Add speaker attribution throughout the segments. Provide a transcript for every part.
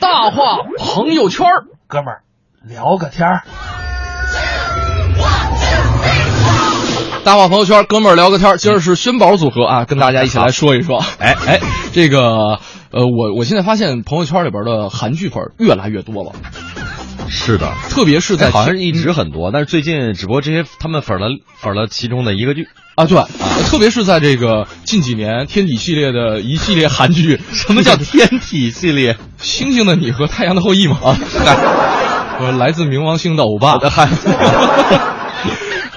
Speaker 1: 大话朋友圈儿
Speaker 2: 哥们儿聊个天儿。
Speaker 1: 大话朋友圈儿，哥们儿聊个天儿。今儿是轩宝组合啊，跟大家一起来说一说。哎 哎，这个呃，我我现在发现朋友圈里边的韩剧粉儿越来越多了，
Speaker 3: 是的，
Speaker 1: 特别是在嗯
Speaker 3: 好像
Speaker 1: 天
Speaker 3: 是一直很多，但是最近只不过这些他们粉了粉了其中的一个剧，
Speaker 1: 啊，对，特别是在这个近几年天体系列的一系列韩剧，什么叫《
Speaker 3: 天体系列，
Speaker 1: 星星的你》和《太阳的后裔》 嘛？啊，呃，来自冥王星的欧巴。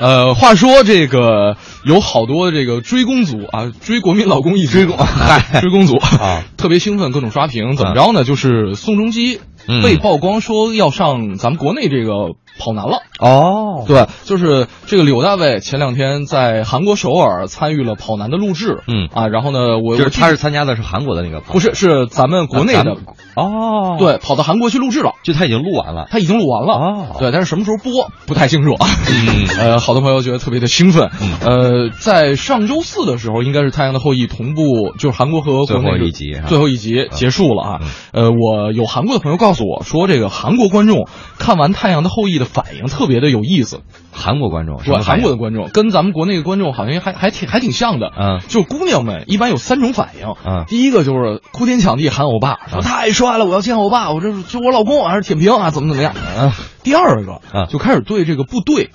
Speaker 1: 呃，话说这个有好多这个追公族啊，追国民老公一族，追公
Speaker 3: 嗨
Speaker 1: 追公族
Speaker 3: 啊，
Speaker 1: 特别兴奋，各种刷屏，怎么着呢？就是宋仲基
Speaker 3: 嗯
Speaker 1: 被曝光说要上咱们国内这个跑男了。
Speaker 3: 哦，
Speaker 1: 对，就是这个柳大卫前两天在韩国首尔参与了跑男的录制，
Speaker 3: 嗯
Speaker 1: 啊，然后呢，我
Speaker 3: 就是
Speaker 1: 我记
Speaker 3: 他是参加的是韩国的那个，
Speaker 1: 不是是咱们国内
Speaker 3: 啊咱
Speaker 1: 的
Speaker 3: 们，哦，，
Speaker 1: 对，跑到韩国去录制了。
Speaker 3: 就他已经录完了，
Speaker 1: 他已经录完了
Speaker 3: 哦
Speaker 1: 对，但是什么时候播不太清楚啊。
Speaker 3: 嗯
Speaker 1: 呃，好多朋友觉得特别的兴奋。
Speaker 3: 嗯
Speaker 1: 呃，在上周四的时候，应该是《太阳的后裔》同步，就是韩国和国内
Speaker 3: 最后
Speaker 1: 是
Speaker 3: 一集哈嗯
Speaker 1: 最后一集结束了啊。呃，我有韩国的朋友告诉我说，这个韩国观众看完《太阳的后裔》的反应特别的有意思。
Speaker 3: 韩国观众，什
Speaker 1: 对
Speaker 3: 么
Speaker 1: 韩
Speaker 3: 反应
Speaker 1: 国的观众跟咱们国内的观众好像还还挺还挺像的，
Speaker 3: 嗯
Speaker 1: 就是姑娘们一般有三种反应，
Speaker 3: 嗯
Speaker 1: 第一个就是哭天抢地喊欧巴，说太帅了，我要见欧巴，我这是就我老公啊还是舔屏啊，怎么怎么样，
Speaker 3: 嗯
Speaker 1: 第二个
Speaker 3: 嗯
Speaker 1: 就开始对这个部队，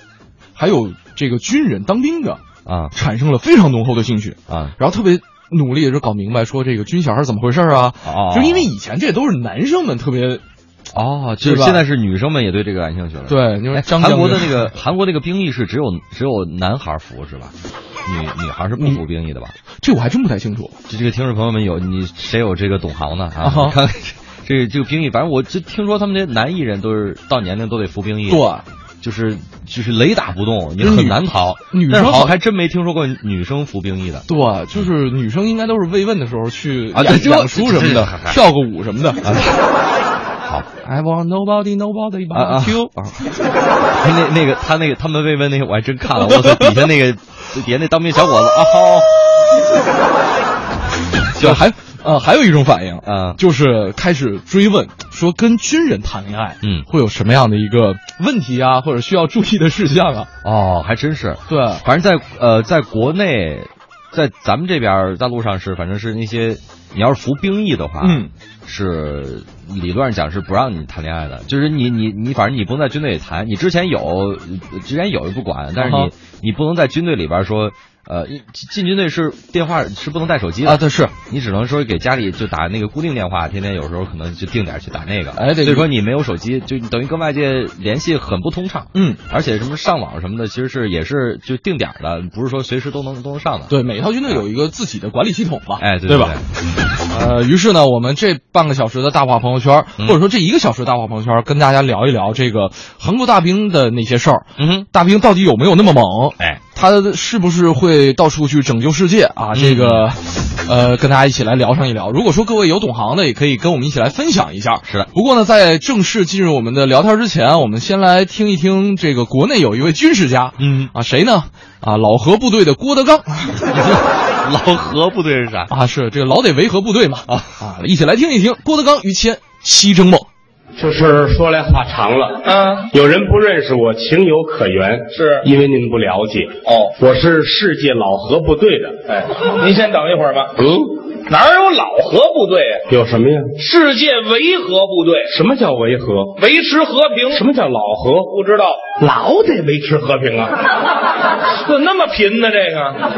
Speaker 1: 还有这个军人当兵的
Speaker 3: 啊
Speaker 1: 产生了非常浓厚的兴趣，
Speaker 3: 啊，
Speaker 1: 然后特别努力就搞明白说这个军校是怎么回事啊，
Speaker 3: 哦
Speaker 1: 就是因为以前这都是男生们特别
Speaker 3: 哦，就
Speaker 1: 对
Speaker 3: 是
Speaker 1: 吧
Speaker 3: 现在是女生们也对这个感兴趣了，
Speaker 1: 对，因为
Speaker 3: 哎。
Speaker 1: 张
Speaker 3: 韩国
Speaker 1: 将
Speaker 3: 的
Speaker 1: 军
Speaker 3: 那个韩国那个兵役是只有只有男孩服是吧？女女孩是不服兵役的吧？
Speaker 1: 这我还真不太清楚，
Speaker 3: 这这个听众朋友们有你谁有这个懂行的
Speaker 1: 啊
Speaker 3: 啊？
Speaker 1: 哈
Speaker 3: 你看 这这个兵役，反正我就听说他们这些男艺人都是到年龄都得服兵役，
Speaker 1: 对，
Speaker 3: 就是就是雷打不动，你
Speaker 1: 就是
Speaker 3: 很
Speaker 1: 女
Speaker 3: 难逃。
Speaker 1: 女
Speaker 3: 但是
Speaker 1: 生
Speaker 3: 好
Speaker 1: 好
Speaker 3: 像还真没听说过女生服兵役的。
Speaker 1: 对，就是女生应该都是慰问的时候去
Speaker 3: 嗯啊
Speaker 1: 演
Speaker 3: 对就
Speaker 1: 演出什么
Speaker 3: 这
Speaker 1: 的
Speaker 3: 还，还
Speaker 1: 跳个舞什么的。
Speaker 3: 好，
Speaker 1: I want nobody, nobody
Speaker 3: 啊哎
Speaker 1: but you。
Speaker 3: 那那个他那个他们慰问那个我还真看了，我操，底下那个底下那当兵小伙子啊，
Speaker 1: 就还呃还有一种反应
Speaker 3: 嗯
Speaker 1: 就是开始追问说跟军人谈恋爱，
Speaker 3: 嗯
Speaker 1: 会有什么样的一个问题啊，或者需要注意的事项啊？
Speaker 3: 哦，还真是。
Speaker 1: 对，
Speaker 3: 反正在呃，在国内，在咱们这边儿大陆上是，反正是那些你要是服兵役的话，
Speaker 1: 嗯，
Speaker 3: 是理论上讲是不让你谈恋爱的，就是你你你，反正你不能在军队里谈，你之前有之前有也不管，但是你、
Speaker 1: 啊哈
Speaker 3: 你不能在军队里边儿说。呃，一进进军队是电话是不能带手机的
Speaker 1: 啊对是
Speaker 3: 你只能说给家里就打那个固定电话，天天有时候可能就定点儿去打那个，
Speaker 1: 哎对
Speaker 3: 所以说你没有手机，就等于跟外界联系很不通畅，
Speaker 1: 嗯，
Speaker 3: 而且什么上网什么的，其实是也是就定点儿的，不是说随时都能都能上的。，
Speaker 1: 对，每一套军队有一个自己的管理系统嘛，
Speaker 3: 哎，对
Speaker 1: 对
Speaker 3: 对
Speaker 1: 吧？呃，于是呢，我们这半个小时的大话朋友圈，
Speaker 3: 嗯
Speaker 1: 或者说这一个小时的大话朋友圈，跟大家聊一聊这个韩国大兵的那些事儿。
Speaker 3: 嗯哼，
Speaker 1: 大兵到底有没有那么猛？
Speaker 3: 哎，
Speaker 1: 他是不是会到处去拯救世界啊？这
Speaker 3: 嗯
Speaker 1: 个，呃，跟大家一起来聊上一聊。如果说各位有懂行的，也可以跟我们一起来分享一下。
Speaker 3: 是的
Speaker 1: 不过呢，在正式进入我们的聊天之前，我们先来听一听这个国内有一位军事家，
Speaker 3: 嗯，
Speaker 1: 啊，谁呢？啊，老何部队的郭德纲。
Speaker 3: 老何部队是啥？
Speaker 1: 啊，是这个老得维和部队嘛啊啊，一起来听一听郭德纲、于谦《西征梦》。
Speaker 4: 这事儿说来话长了。
Speaker 5: 啊，
Speaker 4: 有人不认识我，情有可原，
Speaker 5: 是
Speaker 4: 因为您不了解。
Speaker 5: 哦，
Speaker 4: 我是世界老河部队的。
Speaker 5: 哎，您先等一会儿吧。
Speaker 1: 哦
Speaker 4: 嗯，
Speaker 5: 哪儿有老河部队啊？
Speaker 4: 有什么呀？
Speaker 5: 世界维和部队，
Speaker 4: 什么叫维和？
Speaker 5: 维持和平。
Speaker 4: 什么叫老河？
Speaker 5: 不知道？
Speaker 4: 老得维持和平啊，
Speaker 5: 怎么那么贫呢？这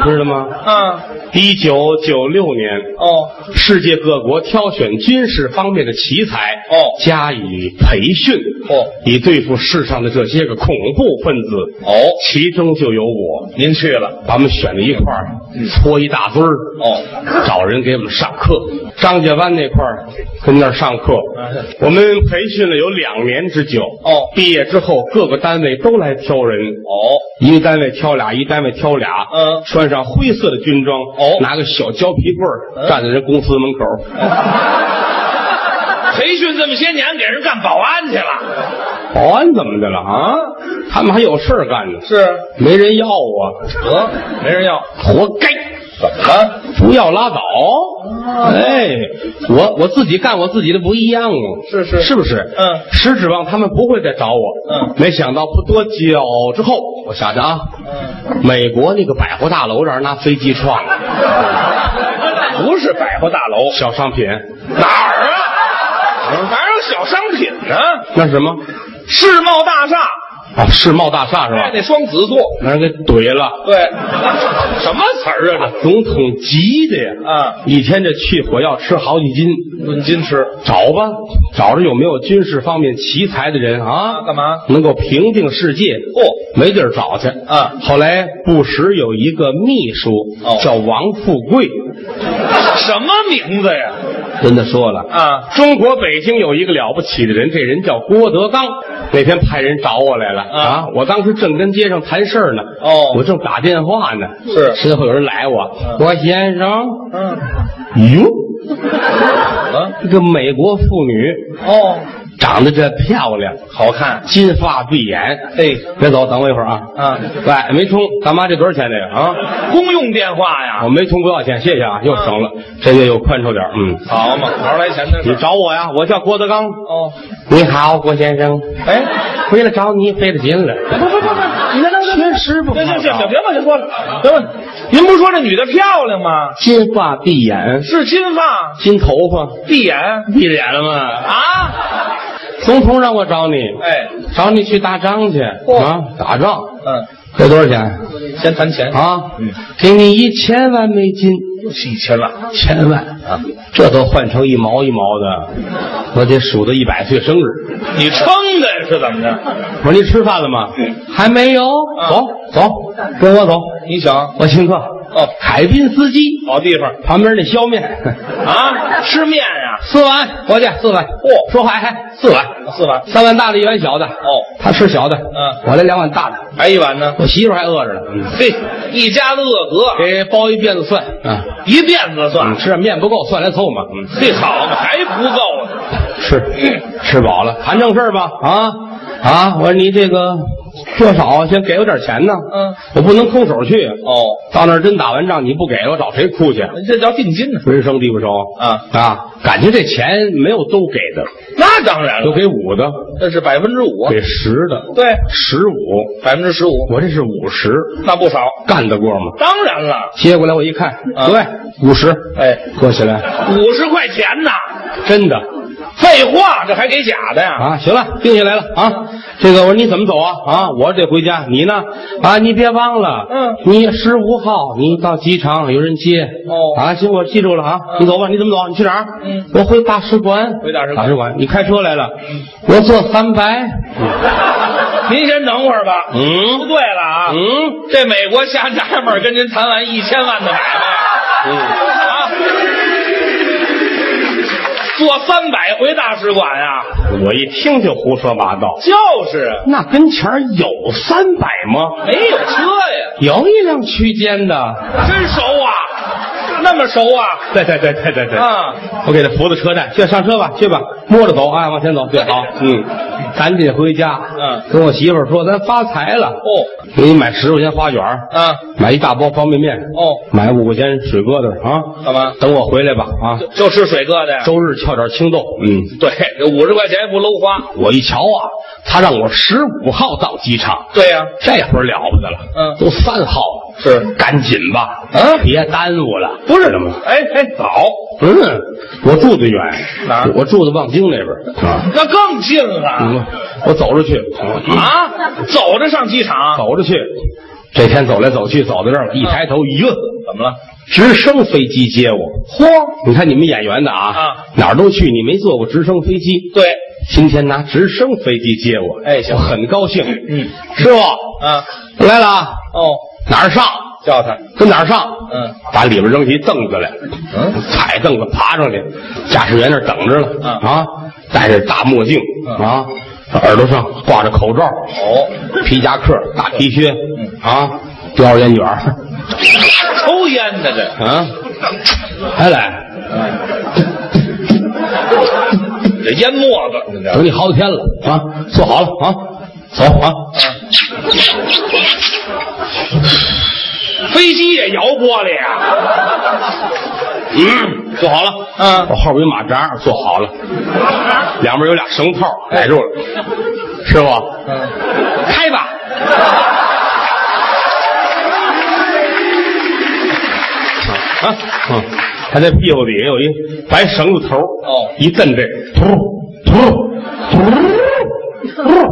Speaker 5: 个
Speaker 4: 知道吗？
Speaker 5: 啊，
Speaker 4: 一九九六年，
Speaker 5: 哦，
Speaker 4: 世界各国挑选军事方面的奇才，
Speaker 5: 哦
Speaker 4: 加以培训，
Speaker 5: 哦，
Speaker 4: 以对付世上的这些个恐怖分子。
Speaker 5: 哦
Speaker 4: 其中就有我。
Speaker 5: 您去了，嗯
Speaker 4: 把我们选到一块儿，搓一大堆儿，
Speaker 5: 哦，
Speaker 4: 找人给我们上课。张家湾那块儿跟那儿上课
Speaker 5: 啊，
Speaker 4: 我们培训了有两年之久。
Speaker 5: 哦
Speaker 4: 毕业之后各个单位都来挑人，
Speaker 5: 哦，
Speaker 4: 一个单位挑俩，一单位挑俩。
Speaker 5: 嗯
Speaker 4: 穿上灰色的军装，
Speaker 5: 哦
Speaker 4: 拿个小胶皮棍儿
Speaker 5: 嗯
Speaker 4: 站在人公司门口，
Speaker 5: 培训这么些年，给人干保安去了，
Speaker 4: 保安怎么的了啊？他们还有事儿干呢，
Speaker 5: 是
Speaker 4: 没人要啊，
Speaker 5: 得没人要，
Speaker 4: 活该。
Speaker 5: 怎么了？啊
Speaker 4: 不要拉倒，哎，我我自己干我自己的不一样啊，
Speaker 5: 是是
Speaker 4: 是不是？
Speaker 5: 嗯
Speaker 4: 实指望他们不会再找我，
Speaker 5: 嗯，
Speaker 4: 没想到不多久之后，我想着啊，嗯，美国那个百货大楼让人拿飞机 撞了，不是百货大楼，小商品，
Speaker 5: 哪儿啊？哪有小商品呢？
Speaker 4: 那是什么？
Speaker 5: 世贸大厦，
Speaker 4: 啊，世贸大厦是吧
Speaker 5: 哎，？那双子座，
Speaker 4: 让人给怼了。
Speaker 5: 对，什么词儿啊？
Speaker 4: 总统急的呀！
Speaker 5: 啊，
Speaker 4: 一天这去火药吃好几斤，论斤吃。找吧，找着有没有军事方面奇才的人啊？
Speaker 5: 啊干嘛
Speaker 4: 能够平定世界？哦，没地儿找去。
Speaker 5: 啊，
Speaker 4: 后来布什有一个秘书，
Speaker 5: 哦
Speaker 4: 叫王富贵，
Speaker 5: 这什么名字呀？
Speaker 4: 跟他说了。
Speaker 5: 啊，
Speaker 4: 中国北京有一个了不起的人，这人叫郭德纲。那天派人找我来了
Speaker 5: 啊
Speaker 4: 我当时正跟街上谈事儿呢，
Speaker 5: 哦
Speaker 4: 我正打电话呢，
Speaker 5: 是
Speaker 4: 身后有人来我，我先生，
Speaker 5: 嗯，
Speaker 4: 哟，
Speaker 5: 啊，
Speaker 4: 这个美国妇女
Speaker 5: 哦，
Speaker 4: 长得这漂亮，好看，金发碧眼，哎，别走，等我一会儿啊，
Speaker 5: 啊
Speaker 4: 喂，没充，大妈这多少钱这个啊？
Speaker 5: 公用电话呀
Speaker 4: 我，没充不要钱，谢谢啊，又省了，这月又宽绰点儿，嗯，
Speaker 5: 好嘛，玩来钱的事
Speaker 4: 你
Speaker 5: 儿。
Speaker 4: 找我呀，我叫郭德纲，
Speaker 5: 哦，
Speaker 4: 你好，郭先生。
Speaker 5: 哎，
Speaker 4: 为了找你费了劲了。
Speaker 5: 不不不不，你那那那，
Speaker 4: 确实不好
Speaker 5: 行行行
Speaker 4: 找
Speaker 5: 行，别往下说了，别往。啊您不是说这女的漂亮吗？
Speaker 4: 金发碧眼，
Speaker 5: 是金发
Speaker 4: 金头发，
Speaker 5: 碧眼
Speaker 4: 闭着眼了吗？
Speaker 5: 啊？
Speaker 4: 总统让我找你，
Speaker 5: 哎，
Speaker 4: 找你去打仗去啊！打仗，
Speaker 5: 嗯，
Speaker 4: 这多少钱
Speaker 5: 先谈钱，
Speaker 4: 啊？给你一千万美金，
Speaker 5: 又是一千万，
Speaker 4: 千万啊！这都换成一毛一毛的，我得数到一百岁生日。
Speaker 5: 你撑的呀是怎么着？
Speaker 4: 我说你吃饭了吗？还没有，走走，跟我走，
Speaker 5: 你想
Speaker 4: 我请客。
Speaker 5: 哦，
Speaker 4: 海滨司机
Speaker 5: 好地方
Speaker 4: 旁边那削面。
Speaker 5: 啊，吃面呀，
Speaker 4: 四碗，我去四碗。
Speaker 5: 嚯
Speaker 4: 说话还四碗，
Speaker 5: 四碗
Speaker 4: 三碗大的，一碗小的。
Speaker 5: 哦
Speaker 4: 他吃小的，
Speaker 5: 嗯
Speaker 4: 我来两碗大的。
Speaker 5: 还一碗呢。
Speaker 4: 我媳妇还饿着呢，
Speaker 5: 嘿，一家子饿格，
Speaker 4: 给包一辫子蒜啊。
Speaker 5: 一辫子蒜
Speaker 4: 嗯，。吃点面不够，蒜来凑嘛。嗯，
Speaker 5: 嘿，好嘛，还不够啊呢。
Speaker 4: 吃吃饱了，谈正事儿吧。啊啊，我说你这个多少啊先给我点钱呢？
Speaker 5: 嗯，
Speaker 4: 我不能空手去。
Speaker 5: 哦，
Speaker 4: 到那儿真打完仗你不给了，我找谁哭去？
Speaker 5: 嗯这叫定金呢。
Speaker 4: 人生地不熟
Speaker 5: 啊
Speaker 4: 啊！感情这钱没有都给的，
Speaker 5: 那当然
Speaker 4: 有
Speaker 5: 了，
Speaker 4: 给五的，
Speaker 5: 这是百分之五，啊
Speaker 4: 给十的，
Speaker 5: 对，
Speaker 4: 十五，
Speaker 5: 百分之十五，
Speaker 4: 我这是五十，
Speaker 5: 那不少。
Speaker 4: 干得过吗？
Speaker 5: 当然了，
Speaker 4: 接过来我一看，
Speaker 5: 啊
Speaker 4: 对，五十，
Speaker 5: 哎，
Speaker 4: 搁起来，
Speaker 5: 五十块钱呐，
Speaker 4: 真的
Speaker 5: 废话，这还给假的呀？
Speaker 4: 啊，行了，定下来了啊。这个我说你怎么走啊？啊，我得回家，你呢？啊，你别忘了，
Speaker 5: 嗯，
Speaker 4: 你十五号你到机场有人接，
Speaker 5: 哦
Speaker 4: 啊，行，我记住了啊，
Speaker 5: 嗯
Speaker 4: 你走吧，你怎么走？你去哪儿？
Speaker 5: 嗯，
Speaker 4: 我回大使馆，嗯
Speaker 5: 回大使馆
Speaker 4: 大使馆，你开车来了，我坐三百，
Speaker 5: 您先等会儿吧。
Speaker 4: 嗯
Speaker 5: 不对了啊，
Speaker 4: 嗯，
Speaker 5: 这美国瞎娘们儿跟您谈完一千万的买卖，
Speaker 4: 嗯
Speaker 5: 啊，坐三百回大使馆啊，
Speaker 4: 我一听就胡说八道，
Speaker 5: 就是啊
Speaker 4: 那跟前儿有三百吗？
Speaker 5: 没有车呀，
Speaker 4: 有一辆区间的。
Speaker 5: 真熟啊，那么熟啊
Speaker 4: 对对对对对对，
Speaker 5: 啊！
Speaker 4: 我给他扶到车站，去上车吧，去吧，摸着走啊，往前走，对，好，嗯，赶紧回家，
Speaker 5: 嗯，
Speaker 4: 跟我媳妇儿说，咱发财了，
Speaker 5: 哦，
Speaker 4: 给你买十块钱花卷儿，
Speaker 5: 啊，
Speaker 4: 买一大包方便面，
Speaker 5: 哦，
Speaker 4: 买五块钱水疙瘩啊，
Speaker 5: 干嘛
Speaker 4: 等我回来吧啊，
Speaker 5: 就就吃水疙瘩呀？
Speaker 4: 周日翘点青豆，嗯，
Speaker 5: 对，这五十块钱不搂花。
Speaker 4: 我一瞧啊，他让我十五号到机场，
Speaker 5: 对呀、
Speaker 4: 这会儿了不得了，
Speaker 5: 嗯
Speaker 4: 都三号了，
Speaker 5: 是
Speaker 4: 赶紧吧，
Speaker 5: 啊
Speaker 4: 别耽误了，不是怎么？
Speaker 5: 哎哎，早，
Speaker 4: 嗯，我住的远，
Speaker 5: 哪儿
Speaker 4: 我住的望京那边儿啊。
Speaker 5: 那更近了
Speaker 4: 嗯，我走着去，啊，
Speaker 5: 啊！走着上机场，
Speaker 4: 走着去。这天走来走去，走到这儿了，一抬头，一个
Speaker 5: 怎么了？
Speaker 4: 直升飞机接我。嚯！你看你们演员的啊，
Speaker 5: 啊
Speaker 4: 哪儿都去，你没坐过直升飞机。
Speaker 5: 对，
Speaker 4: 今天拿直升飞机接我，
Speaker 5: 哎行
Speaker 4: 我很高兴。
Speaker 5: 嗯，
Speaker 4: 师傅，
Speaker 5: 啊，
Speaker 4: 我来了啊，
Speaker 5: 哦，
Speaker 4: 哪儿上？
Speaker 5: 叫他，
Speaker 4: 跟哪儿上？
Speaker 5: 嗯，
Speaker 4: 打里边扔起一凳子来，嗯，踩凳子爬上去，驾驶员那儿等着呢。
Speaker 5: 嗯
Speaker 4: 啊，戴着大墨镜啊，耳朵上挂着口罩。
Speaker 5: 哦，
Speaker 4: 皮夹克、大皮靴，啊，叼着烟卷儿，
Speaker 5: 抽烟的这，
Speaker 4: 啊，哎还来，
Speaker 5: 这烟沫子，你知道吗
Speaker 4: 等你好几天了啊，坐好了啊，走啊，
Speaker 5: 飞机也摇玻璃啊？
Speaker 4: 嗯，坐好了。
Speaker 1: 嗯
Speaker 4: 我后边有马扎，坐好了，两边有俩绳套逮住了。师傅，开吧。啊，嗯，他那屁股底下有一白绳子头哦，一蹬这，突突突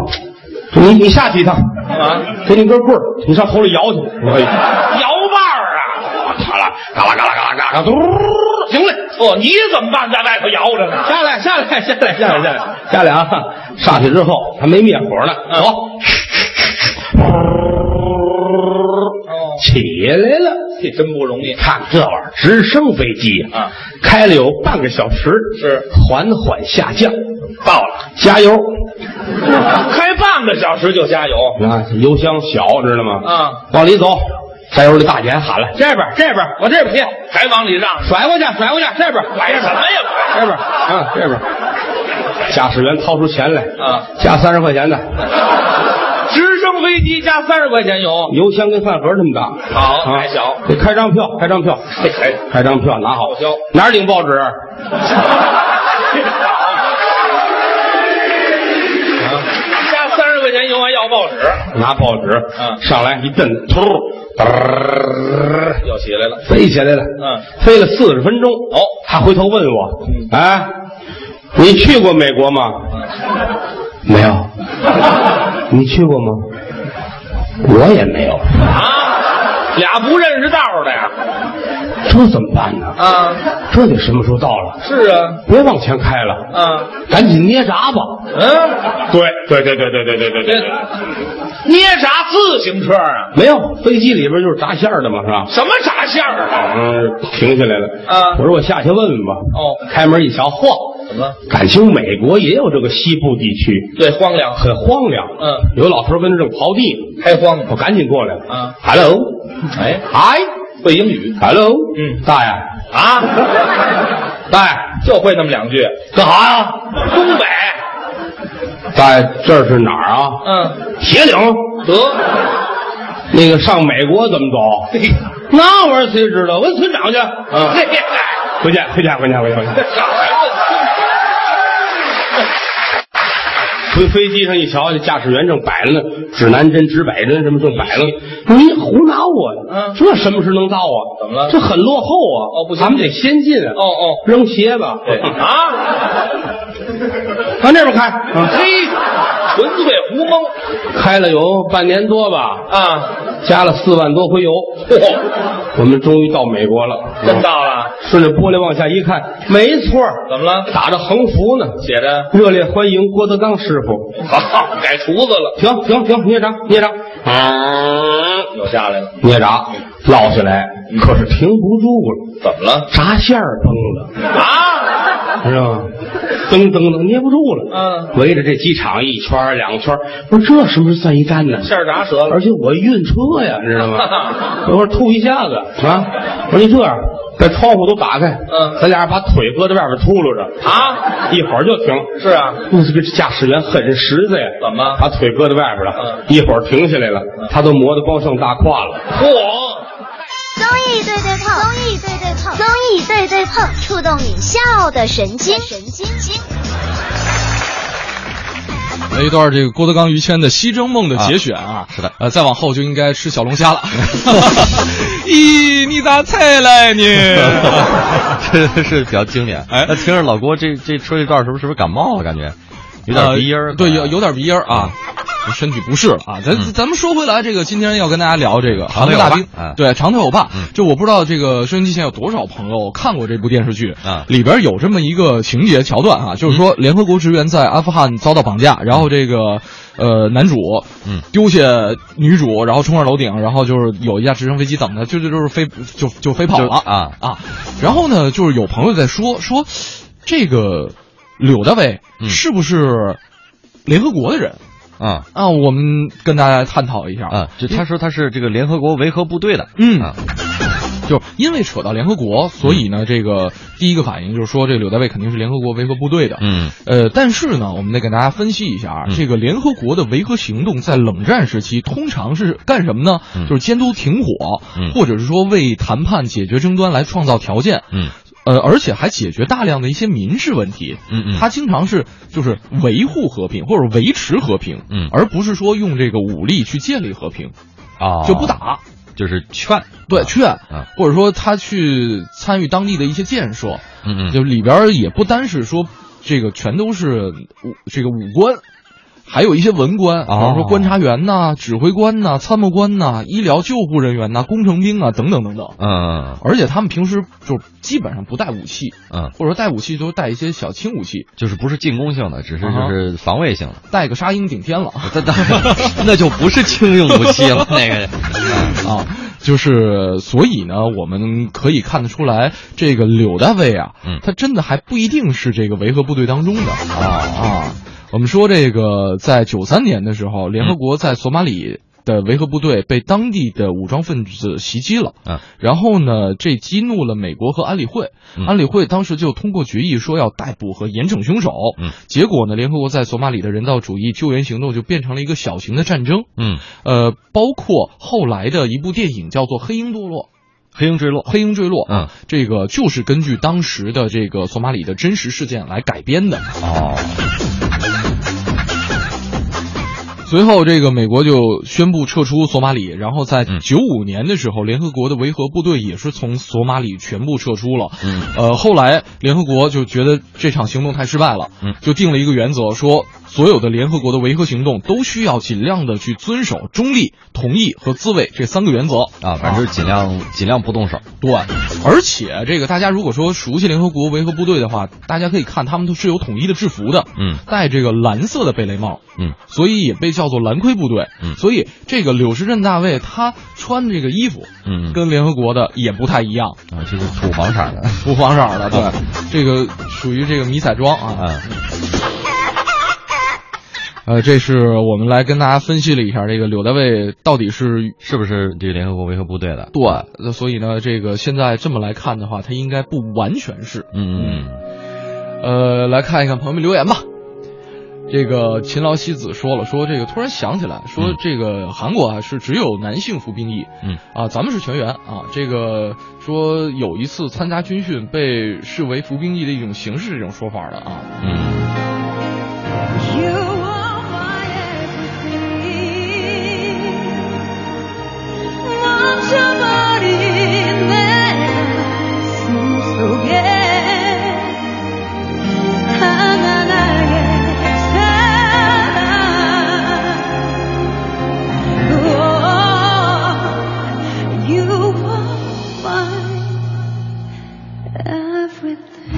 Speaker 4: 突，你你下去一趟啊，给你根棍儿，你上头里摇去，哎，摇把儿啊，嘎啦嘎啦嘎啦嘎啦嘎啦，嘟，行嘞。
Speaker 5: 哦，你怎么办？在外头摇着呢？
Speaker 4: 下来，下来，下来，下来，下来，下来啊！上去之后还没灭火呢，走，起来了。
Speaker 5: 这真不容易。
Speaker 4: 看这玩意儿，直升飞机
Speaker 5: 啊，
Speaker 4: 开了有半个小时，
Speaker 5: 是
Speaker 4: 缓缓下降，到了，加油
Speaker 5: 开半个小时就加油。
Speaker 4: 啊！油箱小，知道吗？
Speaker 5: 啊，
Speaker 4: 往里走，加油！这大姐还喊了，这边，这边，
Speaker 5: 我这边贴，还往里让，
Speaker 4: 甩过去，甩过去，这边，
Speaker 5: 拐什么呀？拐
Speaker 4: 这边，啊，这边。驾驶员掏出钱来，
Speaker 5: 啊，
Speaker 4: 加三十块钱的，
Speaker 5: 直升飞机加三十块钱油，
Speaker 4: 油箱跟饭盒那么大，
Speaker 5: 好
Speaker 4: 啊
Speaker 5: 还小，
Speaker 4: 得开张票，开张票，
Speaker 5: 开
Speaker 4: 开张票拿好
Speaker 5: 报销，
Speaker 4: 哪儿领报纸？
Speaker 5: 加三十块钱油还要报纸，
Speaker 4: 拿报纸，
Speaker 5: 嗯
Speaker 4: 上来一蹬，突，
Speaker 5: 又起来了。
Speaker 4: 飞起来了，
Speaker 5: 嗯，
Speaker 4: 飞了四十分钟。哦，他回头问我，哎，你去过美国吗？没 有。你去过吗？我也没有。
Speaker 5: 啊，俩不认识道的呀！
Speaker 4: 这怎么办呢？
Speaker 5: 啊，
Speaker 4: 这得什么时候到了？
Speaker 5: 是啊，
Speaker 4: 别往前开了，
Speaker 5: 啊，
Speaker 4: 赶紧捏闸吧。
Speaker 5: 嗯，
Speaker 4: 嗯对对对对对对对对
Speaker 5: 这捏闸自行车啊？
Speaker 4: 没有，飞机里边就是闸线儿的嘛，是吧？
Speaker 5: 什么闸线儿啊？
Speaker 4: 嗯，停下来了。
Speaker 5: 啊
Speaker 4: 我说我下去问问吧。
Speaker 5: 哦，
Speaker 4: 开门一瞧，嚯，
Speaker 5: 怎么？
Speaker 4: 感情美国也有这个西部地区，
Speaker 5: 对，荒凉，
Speaker 4: 很荒凉。
Speaker 5: 嗯，
Speaker 4: 有老头跟那正刨地呢，
Speaker 5: 开荒
Speaker 4: 我赶紧过来了。
Speaker 5: 啊
Speaker 4: ，Hello，
Speaker 5: 哎
Speaker 4: 嗨
Speaker 5: 会英语
Speaker 4: ，Hello，
Speaker 5: 嗯
Speaker 4: 大爷，
Speaker 5: 啊？
Speaker 4: 大
Speaker 5: 就会那么两句。
Speaker 4: 爷，干啥呀？
Speaker 5: 东北，
Speaker 4: 大爷，这是哪儿啊？
Speaker 5: 嗯，
Speaker 4: 铁岭。
Speaker 5: 得，
Speaker 4: 那个上美国怎么 走？那玩意儿谁知道？问村长去。
Speaker 5: 嗯，
Speaker 4: 嗯，回见，回见，回见，回见，回见。
Speaker 5: 哎
Speaker 4: 回飞机上一瞧，这驾驶员正摆着呢，指南针、指北针什么正摆着呢。你胡闹啊！
Speaker 5: 嗯
Speaker 4: 这什么时候能到啊？
Speaker 5: 怎么了
Speaker 4: 这很落后啊！
Speaker 5: 哦不行
Speaker 4: 咱们得先进啊！
Speaker 5: 哦哦，
Speaker 4: 扔鞋吧！
Speaker 5: 对啊，
Speaker 4: 往那边开。啊
Speaker 5: 嘿，纯粹胡蒙
Speaker 4: 开了有半年多吧，
Speaker 5: 啊！
Speaker 4: 加了四万多回油，
Speaker 5: 嚯，
Speaker 4: 我们终于到美国 了。嗯
Speaker 5: 真到了，
Speaker 4: 顺着玻璃往下一看，没错儿，
Speaker 5: 怎么了？
Speaker 4: 打着横幅呢，
Speaker 5: 写着
Speaker 4: 热烈欢迎郭德纲师傅。
Speaker 5: 好，改厨子了，
Speaker 4: 停停停，捏闸捏闸，
Speaker 5: 又下来了，
Speaker 4: 捏闸，落下来，
Speaker 5: 嗯
Speaker 4: 可是停不住了，
Speaker 5: 怎么了？
Speaker 4: 闸线儿崩了，
Speaker 5: 啊，
Speaker 4: 知道吗？噔噔噔，捏不住了。
Speaker 5: 嗯，
Speaker 4: 围着这机场一圈儿两圈儿，我说这什么时候算一站呢？
Speaker 5: 馅儿炸折了
Speaker 4: 而且我晕车呀，你知道 吗？我说吐一下子啊！我说你这样，把窗户都打开，
Speaker 5: 嗯
Speaker 4: 咱俩把腿搁在外边秃噜着，
Speaker 5: 啊！
Speaker 4: 一会儿就停。
Speaker 5: 是啊，
Speaker 4: 那这个驾驶员很实在呀，
Speaker 5: 怎么
Speaker 4: 把腿搁在外边了？
Speaker 5: 嗯
Speaker 4: 一会儿停下来了，他都磨得光剩大胯了。
Speaker 5: 嚯，
Speaker 6: 综艺对对碰，综艺对对碰，综艺对对碰，触动你笑的神经，神经经。
Speaker 1: 来一段这个郭德纲、于谦的《西征梦》的节选啊，
Speaker 3: 是的
Speaker 1: 呃，再往后就应该吃小龙虾了。 咦，你咋才来呢？
Speaker 3: 这 是比较经典。
Speaker 1: 哎
Speaker 3: 那听着老郭这这说这段儿，是不是是不是感冒了？感觉有点鼻音儿、
Speaker 1: 呃对，有有
Speaker 3: 点
Speaker 1: 点鼻音儿啊，身体不适了啊。咱、咱们说回来，这个今天要跟大家聊这个韩
Speaker 3: 长腿
Speaker 1: 国大
Speaker 3: 欧巴
Speaker 1: 兵，
Speaker 3: 嗯
Speaker 1: 对长腿欧巴。
Speaker 3: 嗯
Speaker 1: 就我不知道这个收音机前有多少朋友看过这部电视剧，
Speaker 3: 嗯
Speaker 1: 里边有这么一个情节桥段啊，就是说联合国职员在阿富汗遭到绑架，然后这个。呃，男主
Speaker 3: 嗯
Speaker 1: 丢下女主，然后冲上楼顶，然后就是有一架直升飞机等他，就就就是飞就就飞跑
Speaker 3: 就
Speaker 1: 了
Speaker 3: 啊
Speaker 1: 啊！然后呢，就是有朋友在说说，这个柳大伟
Speaker 3: 嗯
Speaker 1: 是不是联合国的人
Speaker 3: 啊
Speaker 1: 啊？我们跟大家探讨一下
Speaker 3: 啊！就他说他是这个联合国维和部队的，
Speaker 1: 嗯
Speaker 3: 啊
Speaker 1: 就是因为扯到联合国，所以呢，这个第一个反应就是说，这个柳大卫肯定是联合国维和部队的。
Speaker 3: 嗯
Speaker 1: 呃，但是呢，我们得给大家分析一下啊，
Speaker 3: 嗯
Speaker 1: 这个联合国的维和行动在冷战时期通常是干什么呢？
Speaker 3: 嗯
Speaker 1: 就是监督停火，
Speaker 3: 嗯
Speaker 1: 或者是说为谈判解决争端来创造条件。
Speaker 3: 嗯
Speaker 1: 呃，而且还解决大量的一些民事问题。
Speaker 3: 嗯嗯
Speaker 1: 他经常是就是维护和平或者维持和平，
Speaker 3: 嗯
Speaker 1: 而不是说用这个武力去建立和平，
Speaker 3: 啊
Speaker 1: 就不，打。
Speaker 3: 就是劝，
Speaker 1: 对，劝
Speaker 3: 啊，
Speaker 1: 或者说他去参与当地的一些建设，
Speaker 3: 嗯嗯，
Speaker 1: 就里边儿也不单是说这个全都是武这个武官，还有一些文官，比
Speaker 3: 哦
Speaker 1: 方说观察员呐、指挥官呐、参谋官呐、医疗救护人员呐、工程兵啊等等等等。
Speaker 3: 嗯
Speaker 1: 而且他们平时就基本上不带武器，
Speaker 3: 嗯，
Speaker 1: 或者说带武器都带一些小轻武器，
Speaker 3: 就是不是进攻性的，只是
Speaker 1: 啊
Speaker 3: 就是防卫 性的。
Speaker 1: 带个沙鹰顶天了。
Speaker 3: 那那那就不是轻用武器了，那个
Speaker 1: 啊，就是所以呢，我们可以看得出来，这个柳大卫啊，
Speaker 3: 嗯
Speaker 1: 他真的还不一定是这个维和部队当中的 啊啊。我们说这个，在九三年的时候，联
Speaker 3: 嗯
Speaker 1: 合国在索马里的维和部队被当地的武装分子袭击了，
Speaker 3: 嗯，
Speaker 1: 然后呢，这激怒了美国和安理会，
Speaker 3: 嗯
Speaker 1: 安理会当时就通过决议说要逮捕和严惩凶手，
Speaker 3: 嗯，
Speaker 1: 结果呢，联合国在索马里的人道主义救援行动就变成了一个小型的战争，
Speaker 3: 嗯，
Speaker 1: 呃，包括后来的一部电影叫做《黑鹰堕落》。
Speaker 3: 黑鹰坠落，
Speaker 1: 黑鹰坠落，
Speaker 3: 嗯，
Speaker 1: 这个就是根据当时的这个索马里的真实事件来改编的。
Speaker 3: 哦，
Speaker 1: 随后，这个美国就宣布撤出索马里，然后在
Speaker 3: 嗯
Speaker 1: 九五年的时候，联合国的维和部队也是从索马里全部撤出了。
Speaker 3: 嗯
Speaker 1: 呃，后来联合国就觉得这场行动太失败了，
Speaker 3: 嗯
Speaker 1: 就定了一个原则，说所有的联合国的维和行动都需要尽量的去遵守中立、同意和自卫这三个原则
Speaker 3: 啊，反正就是尽量尽量不动手，
Speaker 1: 对，而且这个大家如果说熟悉联合国维和部队的话，大家可以看他们都是有统一的制服的，
Speaker 3: 嗯
Speaker 1: 戴这个蓝色的贝雷帽，
Speaker 3: 嗯，
Speaker 1: 所以也被叫做蓝盔部队。
Speaker 3: 嗯
Speaker 1: 所以这个柳石镇大卫他穿这个衣服
Speaker 3: 嗯，
Speaker 1: 跟联合国的也不太一样，
Speaker 3: 啊，这是土房产的， 啊
Speaker 1: 土黄色 儿的，对，这个属于这个迷彩装啊。
Speaker 3: 嗯
Speaker 1: 呃，这是我们来跟大家分析了一下这个柳大卫到底是。
Speaker 3: 是不是这个联合国维和部队的？
Speaker 1: 对，那所以呢，这个现在这么来看的话，他应该不完全是。
Speaker 3: 嗯
Speaker 1: 呃，来看一看朋友们留言吧。这个勤劳西子说了，说这个突然想起来，说
Speaker 3: 嗯
Speaker 1: 这个韩国啊是只有男性服兵役，
Speaker 3: 嗯
Speaker 1: 啊，咱们是全员啊。这个说有一次参加军训被视为服兵役的一种形式，这种说法的啊。
Speaker 3: 嗯嗯，
Speaker 7: You are my everything. Want somebody that seems to get 하나나의 사랑. Oh, You are my everything.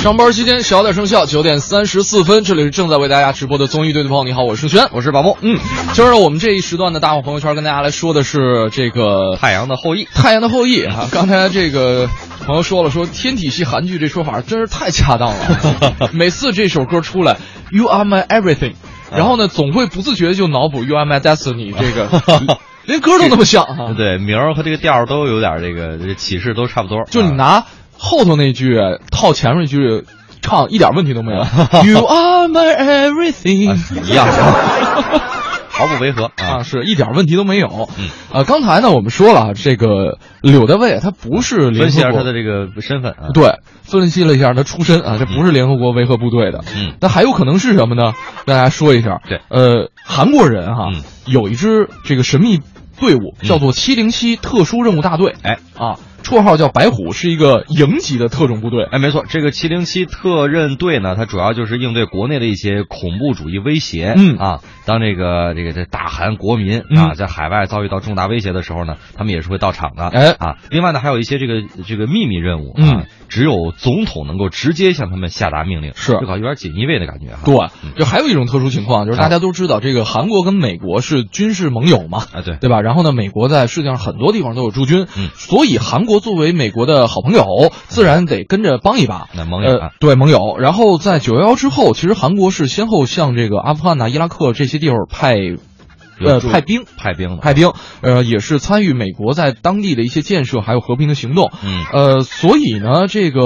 Speaker 1: 上班期间小点声效，九点三十四分，这里是正在为大家直播的综艺对对碰。你好，我是轩，
Speaker 3: 我是宝木，
Speaker 1: 嗯，今儿我们这一时段的大话朋友圈跟大家来说的是这个
Speaker 3: 太阳的后裔，
Speaker 1: 太阳的后裔啊， 刚才这个朋友说了，说天体系韩剧这说法真是太恰当 了。每次这首歌出来，You are my everything，然
Speaker 3: 啊
Speaker 1: 后呢，总会不自觉地就脑补 You are my destiny 这个，连歌都那么像啊。，
Speaker 3: 对，名儿和这个调儿都有点这个这启示都差不多，啊
Speaker 1: 就你拿后头那句套前面一句唱，一点问题都没 有。You are my everything，
Speaker 3: 啊一样，毫不违和
Speaker 1: 啊，
Speaker 3: 啊，
Speaker 1: 是一点问题都没有
Speaker 3: 嗯。
Speaker 1: 呃，刚才呢我们说了啊，这个柳大卫他不是联
Speaker 3: 分析一
Speaker 1: 合
Speaker 3: 下
Speaker 1: 国
Speaker 3: 他的这个身份啊，
Speaker 1: 对，分析了一下他出身啊，这不是联合国维和部队的。
Speaker 3: 嗯
Speaker 1: 那还有可能是什么呢？跟大家说一下。
Speaker 3: 对
Speaker 1: 呃，韩国人哈、
Speaker 3: 嗯
Speaker 1: 有一支这个神秘队伍
Speaker 3: 嗯
Speaker 1: 叫做七零七特殊任务大队。
Speaker 3: 哎
Speaker 1: 啊，绰号叫白虎，是一个营级的特种部队。
Speaker 3: 哎，没错，这个七零七特任队呢，它主要就是应对国内的一些恐怖主义威胁。
Speaker 1: 嗯
Speaker 3: 啊，当这个这个这大韩国民啊
Speaker 1: 嗯
Speaker 3: 在海外遭遇到重大威胁的时候呢，他们也是会到场的。
Speaker 1: 哎
Speaker 3: 啊，另外呢，还有一些这个这个秘密任务啊
Speaker 1: 嗯，
Speaker 3: 只有总统能够直接向他们下达命令，
Speaker 1: 是
Speaker 3: 就搞有点锦衣卫的感觉哈。
Speaker 1: 对
Speaker 3: 嗯，
Speaker 1: 就还有一种特殊情况，就是大家都知道，这个韩国跟美国是军事盟友嘛，
Speaker 3: 啊，对，
Speaker 1: 对吧？然后呢，美国在世界上很多地方都有驻军，
Speaker 3: 嗯
Speaker 1: 所以韩国作为美国的好朋友，自然得跟着帮一把。
Speaker 3: 那盟友
Speaker 1: 呃
Speaker 3: 啊，
Speaker 1: 对盟友。然后在九幺幺之后，其实韩国是先后向这个阿富汗呐、伊拉克这些地方派呃
Speaker 3: 有驻
Speaker 1: 派兵
Speaker 3: 派兵的
Speaker 1: 派兵，呃，也是参与美国在当地的一些建设，还有和平的行动。
Speaker 3: 嗯
Speaker 1: 呃，所以呢，这个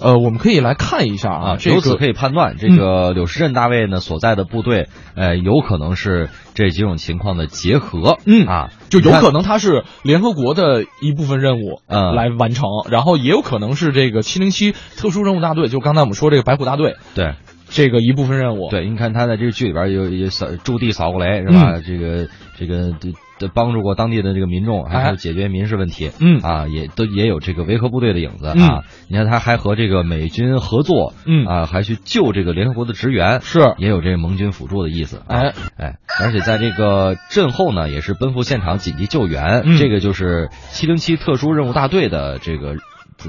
Speaker 1: 呃，我们可以来看一下啊，
Speaker 3: 啊，
Speaker 1: 这
Speaker 3: 由此
Speaker 1: 个嗯
Speaker 3: 可以判断，这个柳石镇大卫呢所在的部队，呃，有可能是这几种情况的结合，
Speaker 1: 嗯
Speaker 3: 啊，
Speaker 1: 就有
Speaker 3: 你看
Speaker 1: 可能它是联合国的一部分任务，
Speaker 3: 嗯
Speaker 1: 来完成，然后也有可能是这个七零七特殊任务大队，就刚才我们说这个白虎大队
Speaker 3: 对
Speaker 1: 这个一部分任务，，
Speaker 3: 对，你看他在这个剧里边有有扫驻地扫过雷是
Speaker 1: 嗯
Speaker 3: 吧？这个这个这这帮助过当地的这个民众，还
Speaker 1: 哎
Speaker 3: 有解决民事问题，
Speaker 1: 嗯
Speaker 3: 啊，也都也有这个维和部队的影子
Speaker 1: 嗯
Speaker 3: 啊。你看他还和这个美军合作，
Speaker 1: 嗯
Speaker 3: 啊，还去救这个联合国的职员，
Speaker 1: 是
Speaker 3: 也有这个盟军辅助的意思，啊
Speaker 1: 哎
Speaker 3: 哎，而且在这个震后呢，也是奔赴现场紧急救援，
Speaker 1: 嗯
Speaker 3: 这个就是七零七特殊任务大队的这个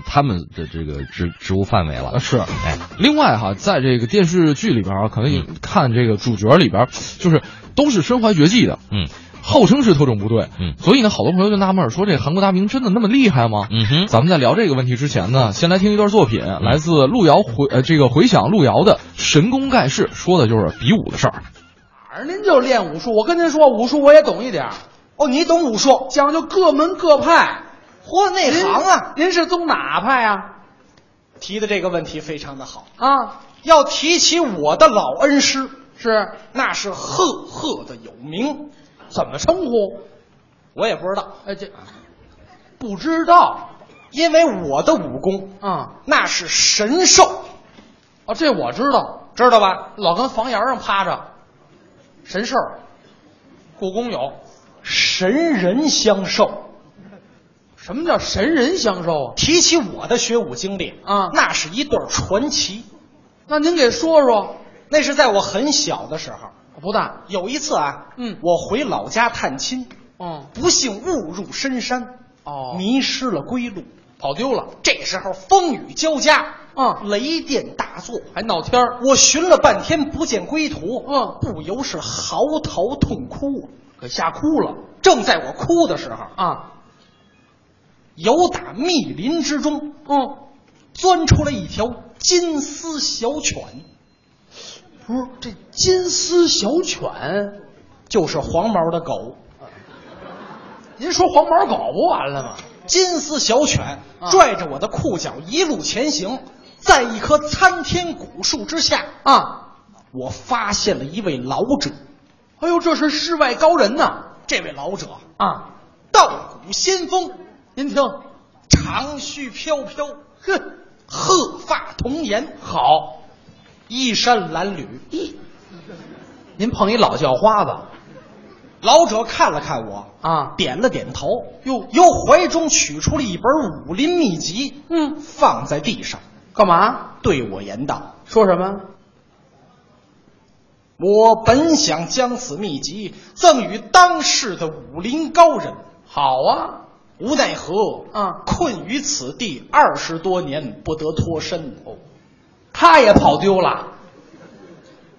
Speaker 3: 他们的这个职职务范围了
Speaker 1: 呃，是。
Speaker 3: 哎。
Speaker 1: 另外哈，在这个电视剧里边啊儿，可能
Speaker 3: 嗯
Speaker 1: 你看这个主角里边儿，就是都是身怀绝技的，
Speaker 3: 嗯，
Speaker 1: 号称是特种部队，
Speaker 3: 嗯
Speaker 1: 所以呢，好多朋友就纳闷儿说，这韩国大兵真的那么厉害吗？
Speaker 3: 嗯哼
Speaker 1: 咱们在聊这个问题之前呢，先来听一段作品，来自路遥回呃这个回响路遥的《神功盖世》，说的就是比武的事儿。
Speaker 2: 哪儿您就练武术？我跟您说，武术我也懂一点儿。
Speaker 8: 哦，你懂武术，
Speaker 2: 讲究各门各派。
Speaker 8: 嚯，内
Speaker 2: 您
Speaker 8: 行啊！
Speaker 2: 您是宗哪派啊？
Speaker 8: 提的这个问题非常的好，
Speaker 2: 啊，
Speaker 8: 要提起我的老恩师，
Speaker 2: 是
Speaker 8: 那是赫赫的有名，
Speaker 2: 怎么称呼？
Speaker 8: 我也不知道，
Speaker 2: 哎，这不知道
Speaker 8: 因为我的武功
Speaker 2: 啊。
Speaker 8: 那是神兽，
Speaker 2: 哦，这我知道，
Speaker 8: 知道吧？
Speaker 2: 老跟房檐上趴着，神兽，故宫有。
Speaker 8: 神人相授。
Speaker 2: 什么叫神人相授啊？
Speaker 8: 提起我的学武经历
Speaker 2: 啊
Speaker 8: 那是一对传奇。
Speaker 2: 那您给说说。
Speaker 8: 那是在我很小的时候，
Speaker 2: 哦不大，
Speaker 8: 有一次啊，
Speaker 2: 嗯
Speaker 8: 我回老家探亲，
Speaker 2: 嗯，
Speaker 8: 不幸误入深山，
Speaker 2: 哦，
Speaker 8: 迷失了归路。
Speaker 2: 跑丢了，
Speaker 8: 这时候风雨交加，
Speaker 2: 嗯
Speaker 8: 雷电大作，
Speaker 2: 还闹天儿，
Speaker 8: 我寻了半天不见归途，
Speaker 2: 嗯
Speaker 8: 不由是嚎啕痛哭。啊
Speaker 2: 可吓哭了
Speaker 8: 正在我哭的时候，
Speaker 2: 啊，
Speaker 8: 由打密林之中
Speaker 2: 嗯，
Speaker 8: 钻出来一条金丝小犬，
Speaker 2: 不是这金丝小犬，
Speaker 8: 就是黄毛的狗。
Speaker 2: 您说黄毛狗不完了吗？
Speaker 8: 金丝小犬
Speaker 2: 啊
Speaker 8: 拽着我的裤脚一路前行，在一棵参天古树之下，
Speaker 2: 啊，
Speaker 8: 我发现了一位老者。
Speaker 2: 哎呦，这是世外高人呐！
Speaker 8: 这位老者
Speaker 2: 啊，
Speaker 8: 道骨仙风，
Speaker 2: 您听，
Speaker 8: 长须飘飘，哼，鹤发童颜，
Speaker 2: 好，
Speaker 8: 衣衫褴褛。
Speaker 2: 您碰一老叫花子
Speaker 8: 老者看了看我，
Speaker 2: 啊，
Speaker 8: 点了点头，
Speaker 2: 哟
Speaker 8: 由怀中取出了一本武林秘籍，
Speaker 2: 嗯，
Speaker 8: 放在地上，
Speaker 2: 干嘛？
Speaker 8: 对我言道
Speaker 2: 说什么？：“
Speaker 8: 我本想将此秘籍赠与当世的武林高人，
Speaker 2: 好啊，
Speaker 8: 无奈何，
Speaker 2: 啊
Speaker 8: 困于此地二十多年，不得脱身。哦，
Speaker 2: 他也跑丢了，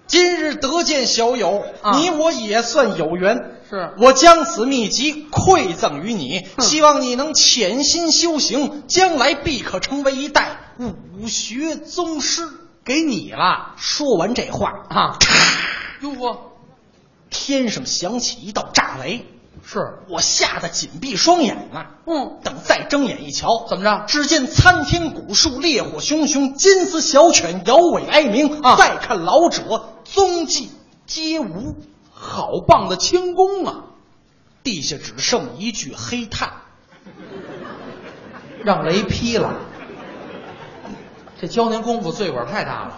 Speaker 8: 今日得见小友，
Speaker 2: 啊
Speaker 8: 你我也算有缘。
Speaker 2: 是
Speaker 8: 我将此秘籍馈赠于你，
Speaker 2: 哼
Speaker 8: 希望你能潜心修行，将来必可成为一代武学宗师。
Speaker 2: 给你了
Speaker 8: 说完这话，
Speaker 2: 啊！哟呵，
Speaker 8: 天上响起一道炸雷，
Speaker 2: 是，
Speaker 8: 我吓得紧闭双眼啊。
Speaker 2: 嗯，
Speaker 8: 等再睁眼一瞧，
Speaker 2: 怎么着
Speaker 8: 只见参天古树烈火熊熊，金丝小犬摇尾哀鸣。
Speaker 2: 啊
Speaker 8: 再看老者踪迹皆无，
Speaker 2: 好棒的轻功啊！
Speaker 8: 地下只剩一具黑炭。
Speaker 2: 让雷劈了。这教您功夫罪过太大了。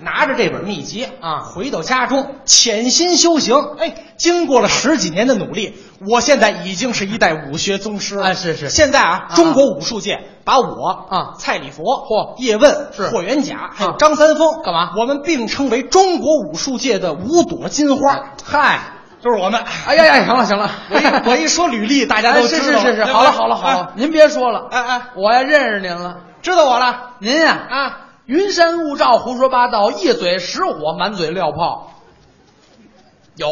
Speaker 8: 拿着这本秘籍
Speaker 2: 啊
Speaker 8: 回到家中潜心修行。哎，经过了十几年的努力，我现在已经是一代武学宗师了。
Speaker 2: 哎是是
Speaker 8: 现在啊，
Speaker 2: 啊
Speaker 8: 中国武术界把我
Speaker 2: 啊
Speaker 8: 蔡礼佛、
Speaker 2: 嚯
Speaker 8: 叶问、
Speaker 2: 是
Speaker 8: 霍元甲，还有
Speaker 2: 啊
Speaker 8: 张三丰，
Speaker 2: 干嘛
Speaker 8: 我们并称为中国武术界的五朵金花。
Speaker 2: 嗨，
Speaker 8: 就是我们。
Speaker 2: 哎呀呀，行了行了，
Speaker 8: 我一我一说履历，大家
Speaker 2: 哎
Speaker 8: 都知
Speaker 2: 是
Speaker 8: 道。
Speaker 2: 是是是，
Speaker 8: 对不对
Speaker 2: 好了好了好了，，您别说了，
Speaker 8: 哎哎，
Speaker 2: 我呀认识您了，
Speaker 8: 哎知道我了
Speaker 2: 您呀
Speaker 8: 啊。
Speaker 2: 云山雾罩，胡说八道，一嘴实火，满嘴撂炮。有，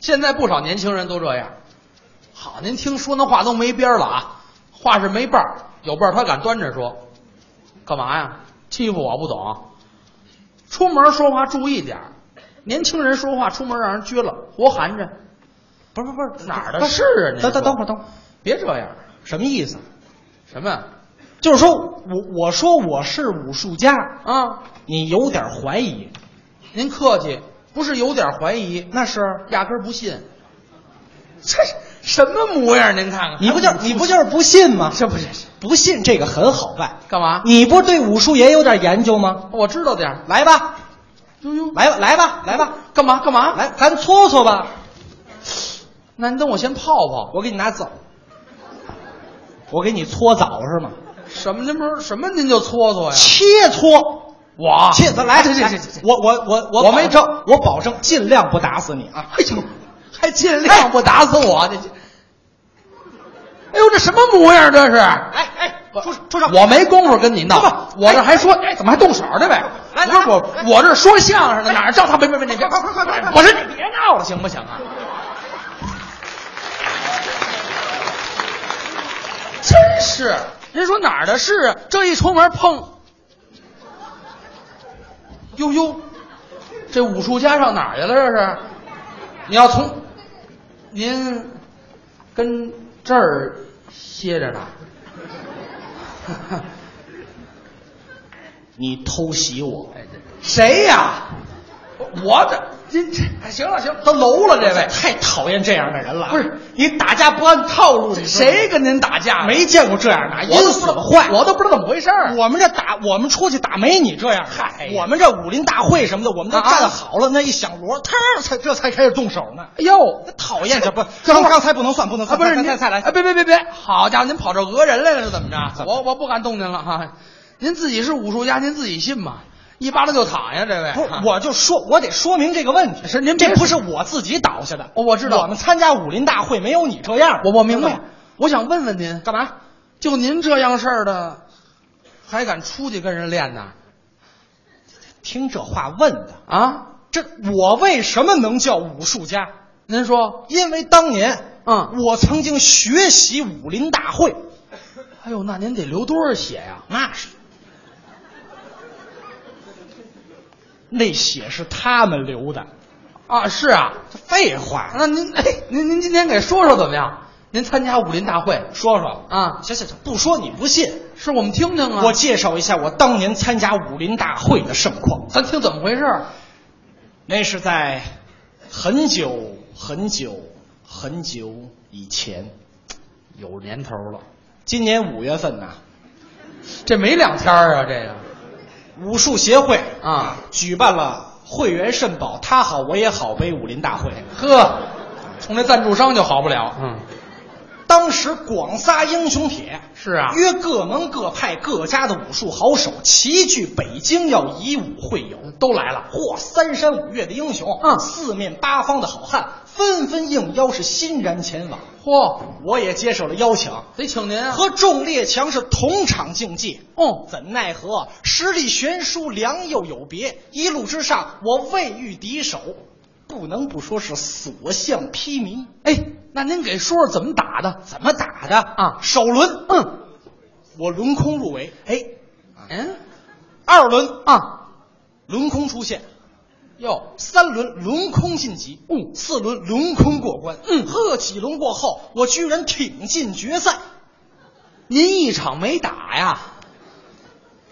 Speaker 2: 现在不少年轻人都这样。好，您听说那话都没边儿了啊，话是没伴儿，有伴儿他敢端着说，干嘛呀？欺负我不懂？出门说话注意点儿，年轻人说话出门让人撅了，活含着。
Speaker 8: 不是不是不是
Speaker 2: 哪儿的事啊你
Speaker 8: 等
Speaker 2: 说
Speaker 8: 等等会儿等会儿，
Speaker 2: 别这样，
Speaker 8: 什么意思？
Speaker 2: 什么呀
Speaker 8: 就是说我我说我是武术家，
Speaker 2: 啊？
Speaker 8: 你有点怀疑，
Speaker 2: 您客气，不是有点怀疑，
Speaker 8: 那是啊
Speaker 2: 压根儿不信。这是什么模样？您看看，
Speaker 8: 你不就是你不就是不信吗？
Speaker 2: 这不是
Speaker 8: 不信这个很好办，
Speaker 2: 干嘛？
Speaker 8: 你不对武术也有点研究吗？
Speaker 2: 我知道点儿。
Speaker 8: 来吧，
Speaker 2: 呦呦，
Speaker 8: 来吧，来吧，来吧，
Speaker 2: 干嘛干嘛？，
Speaker 8: 来，咱搓搓吧，
Speaker 2: 那您等我先泡泡。
Speaker 8: 我给你拿走，我给你搓澡是吗？
Speaker 2: 什么？您不是什么？您就搓搓呀？
Speaker 8: 切搓，
Speaker 2: 我
Speaker 8: 切，咱来，
Speaker 2: 这这
Speaker 8: 来
Speaker 2: 这这，
Speaker 8: 我我我我
Speaker 2: 我没
Speaker 8: 保证，我保证尽量不打死你啊！哎
Speaker 2: 哎呦，还尽量不打死我，这这。哎呦，这什么模样？这是？哎哎，
Speaker 8: 出出手
Speaker 2: 我没工夫跟你闹
Speaker 8: 出手，
Speaker 2: 我这还说，哎，怎么还动手呢呗？
Speaker 8: 来
Speaker 2: 不是
Speaker 8: 来啊
Speaker 2: 我，我这说相声的，哪儿叫他别别别，你别
Speaker 8: 快快快快快
Speaker 2: 我说你别闹了，行不行啊？真是，人说哪儿的事啊？这一出门碰，呦呦，这武术家上哪儿去了？这是？你要从您跟这儿歇着呢？
Speaker 8: 你偷袭我，
Speaker 2: 谁呀？我的，您这哎行了行了，都楼了这位，
Speaker 8: 太讨厌这样的人了。
Speaker 2: 不是
Speaker 8: 你打架不按套路，你说
Speaker 2: 谁跟您打架？啊
Speaker 8: 没见过这样的，
Speaker 2: 我
Speaker 8: 阴
Speaker 2: 都
Speaker 8: 损
Speaker 2: 不知道
Speaker 8: 坏。
Speaker 2: 我都不知道怎么回事儿。
Speaker 8: 我们这打，我们出去打没你这样。
Speaker 2: 嗨
Speaker 8: 我们这武林大会什么的，我们都
Speaker 2: 啊
Speaker 8: 站好了，那一响锣，他才这才开始动手呢。
Speaker 2: 哎呦，
Speaker 8: 讨厌， 这不，
Speaker 2: 这
Speaker 8: 刚刚才不能算，不能
Speaker 2: 啊，
Speaker 8: 算，
Speaker 2: 不是
Speaker 8: 再
Speaker 2: 您
Speaker 8: 再再来
Speaker 2: 哎，，别别别别，好家伙，您跑这讹人来了是怎么 着？我我不敢动您了哈，您自己是武术家，您自己信吗？一巴掌就躺下，这位
Speaker 8: 不是，我就说，我得说明这个问题。
Speaker 2: 是您别哦
Speaker 8: 这不是我自己倒下的，
Speaker 2: 我我知道
Speaker 8: 我们参加武林大会没有你这样，
Speaker 2: 我我明
Speaker 8: 知
Speaker 2: 白
Speaker 8: 道吗，
Speaker 2: 我想问问您，
Speaker 8: 干嘛？
Speaker 2: 就您这样事儿的，还敢出去跟人练呢？
Speaker 8: 听这话问的，
Speaker 2: 啊？
Speaker 8: 这我为什么能叫武术家？
Speaker 2: 您说，
Speaker 8: 因为当年，
Speaker 2: 嗯
Speaker 8: 我曾经学习武林大会，
Speaker 2: 哎呦，那您得流多少血呀、
Speaker 8: 那是，那血是他们流的。
Speaker 2: 啊？是啊，
Speaker 8: 这废话，
Speaker 2: 那您哎，您您今天给说说怎么样？您参加武林大会
Speaker 8: 说说，
Speaker 2: 啊？
Speaker 8: 行行行，不说你不信。
Speaker 2: 是我们听听啊，
Speaker 8: 我介绍一下我当年参加武林大会的盛况，
Speaker 2: 咱听怎么回事？
Speaker 8: 那是在很久很久很久以前，
Speaker 2: 有年头了，
Speaker 8: 今年五月份呐，
Speaker 2: 这没两天儿啊，这个
Speaker 8: 武术协会
Speaker 2: 啊，
Speaker 8: 举办了会员肾宝他好我也好杯武林大会。
Speaker 2: 呵，冲这赞助商就好不了。嗯，
Speaker 8: 当时广撒英雄帖，
Speaker 2: 是啊
Speaker 8: 约各门各派各家的武术好手齐聚北京，要以武会友。
Speaker 2: 都来了，
Speaker 8: 嚯，三山五岳的英雄，
Speaker 2: 嗯
Speaker 8: 四面八方的好汉纷纷应邀，是欣然前往。
Speaker 2: 嚯，
Speaker 8: 我也接受了邀请，
Speaker 2: 得请您啊。
Speaker 8: 和众列强是同场竞技。
Speaker 2: 哦，
Speaker 8: 怎奈何实力悬殊，良莠有别。一路之上，我未遇敌手，不能不说是所向披靡。
Speaker 2: 哎，那您给说说怎么打的？
Speaker 8: 怎么打的
Speaker 2: 啊
Speaker 8: 首轮，
Speaker 2: 嗯，
Speaker 8: 我轮空入围。哎，
Speaker 2: 嗯
Speaker 8: 二轮
Speaker 2: 啊，
Speaker 8: 轮空出现，
Speaker 2: 哟，
Speaker 8: 三轮轮空晋级，
Speaker 2: 嗯
Speaker 8: 四轮轮空过关。
Speaker 2: 嗯
Speaker 8: 贺几轮过后，我居然挺进决赛。
Speaker 2: 您一场没打呀？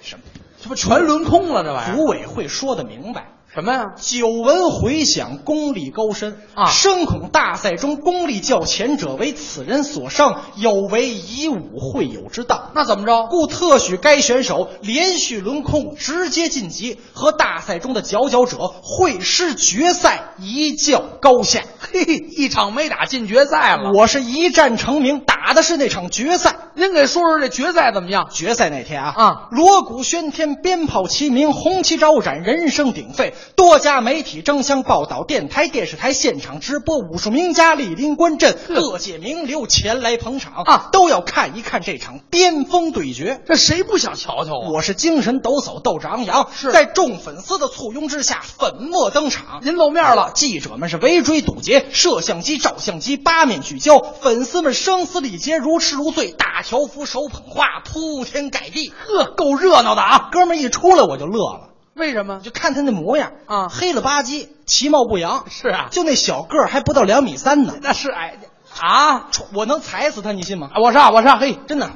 Speaker 8: 什么？
Speaker 2: 这不全轮空了这玩意
Speaker 8: 组
Speaker 2: 儿？
Speaker 8: 委会说的明白。
Speaker 2: 什么呀？
Speaker 8: 久闻回响，功力高深
Speaker 2: 啊
Speaker 8: 深恐大赛中功力较前者为此人所伤，有违以武会友之道。
Speaker 2: 那怎么着？
Speaker 8: 故特许该选手连续轮空，直接晋级，和大赛中的佼佼者会师决赛，一较高下。
Speaker 2: 嘿，一场没打进决赛了。
Speaker 8: 我是一战成名，打的是那场决赛。
Speaker 2: 您给说说这决赛怎么样？
Speaker 8: 决赛那天啊，
Speaker 2: 啊
Speaker 8: 锣鼓喧天，鞭炮齐鸣，红旗招展，人声鼎沸，多家媒体争相报道，电台、电视台现场直播，武术名家莅临观阵，各界名流前来捧场
Speaker 2: 啊
Speaker 8: 都要看一看这场巅峰对决。
Speaker 2: 这谁不想瞧瞧啊？
Speaker 8: 我是精神抖擞，斗志昂扬，
Speaker 2: 是
Speaker 8: 在众粉丝的簇拥之下粉墨登场。
Speaker 2: 您露面了，
Speaker 8: 记者们是围追堵截，摄像机、照相机八面聚焦，粉丝们声嘶力竭，如痴如醉，大条幅、手捧画，铺天盖地。
Speaker 2: 呵，够热闹的啊！
Speaker 8: 哥们儿一出来我就乐了，
Speaker 2: 为什么
Speaker 8: 就看他那模样
Speaker 2: 啊
Speaker 8: 黑了吧唧，其貌不扬。
Speaker 2: 是啊
Speaker 8: 就那小个儿还不到两米三呢。
Speaker 2: 那是矮啊！
Speaker 8: 出我能踩死他，你信吗？
Speaker 2: 我上我上，嘿，
Speaker 8: 真的，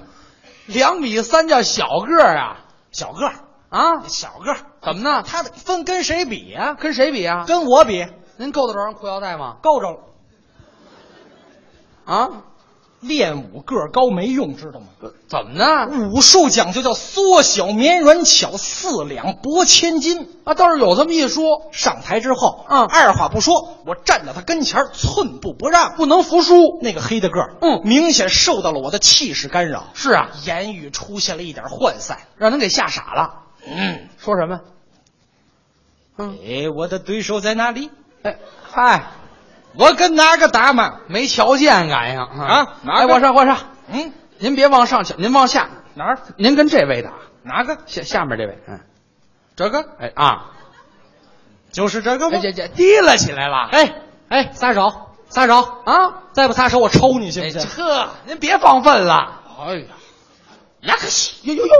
Speaker 2: 两米三叫小个儿啊
Speaker 8: 小个儿，
Speaker 2: 啊！
Speaker 8: 小个儿，
Speaker 2: 怎么呢？
Speaker 8: 他的分跟谁比呀、
Speaker 2: 跟谁比啊？
Speaker 8: 跟我比，
Speaker 2: 您够得着人裤腰带吗？
Speaker 8: 够着了。
Speaker 2: 啊？
Speaker 8: 练武个儿高没用，知道吗？
Speaker 2: 怎么呢？
Speaker 8: 武术讲究叫缩小绵软巧，四两拨千斤。
Speaker 2: 啊，倒是有这么一说，
Speaker 8: 上台之后，
Speaker 2: 嗯
Speaker 8: 二话不说，我站到他跟前儿，寸步不让，
Speaker 2: 不能服输。
Speaker 8: 那个黑的个儿，
Speaker 2: 嗯
Speaker 8: 明显受到了我的气势干扰，
Speaker 2: 是啊，
Speaker 8: 言语出现了一点涣散。
Speaker 2: 让您给吓傻了。
Speaker 8: 嗯，
Speaker 2: 说什么？嗯，
Speaker 8: 哎，我的对手在哪里？
Speaker 2: 哎，嗨，
Speaker 8: 我跟哪个打嘛？
Speaker 2: 没瞧见俺呀！
Speaker 8: 啊哪
Speaker 2: 哎，
Speaker 8: 个
Speaker 2: 我上我上，
Speaker 8: 嗯，
Speaker 2: 您别往上瞧，您往下，
Speaker 8: 哪儿？
Speaker 2: 您跟这位打，
Speaker 8: 哪个？
Speaker 2: 下下面这位，嗯，
Speaker 8: 这个
Speaker 2: 哎啊，
Speaker 8: 就是这个吗
Speaker 2: 哎？这这提了起来了，
Speaker 8: 哎哎，撒手，撒手！
Speaker 2: 啊，
Speaker 8: 再不撒手，我抽你，信
Speaker 2: 哎
Speaker 8: 不信？
Speaker 2: 呵，您别放粪了，哎呀，那可惜，呦呦呦，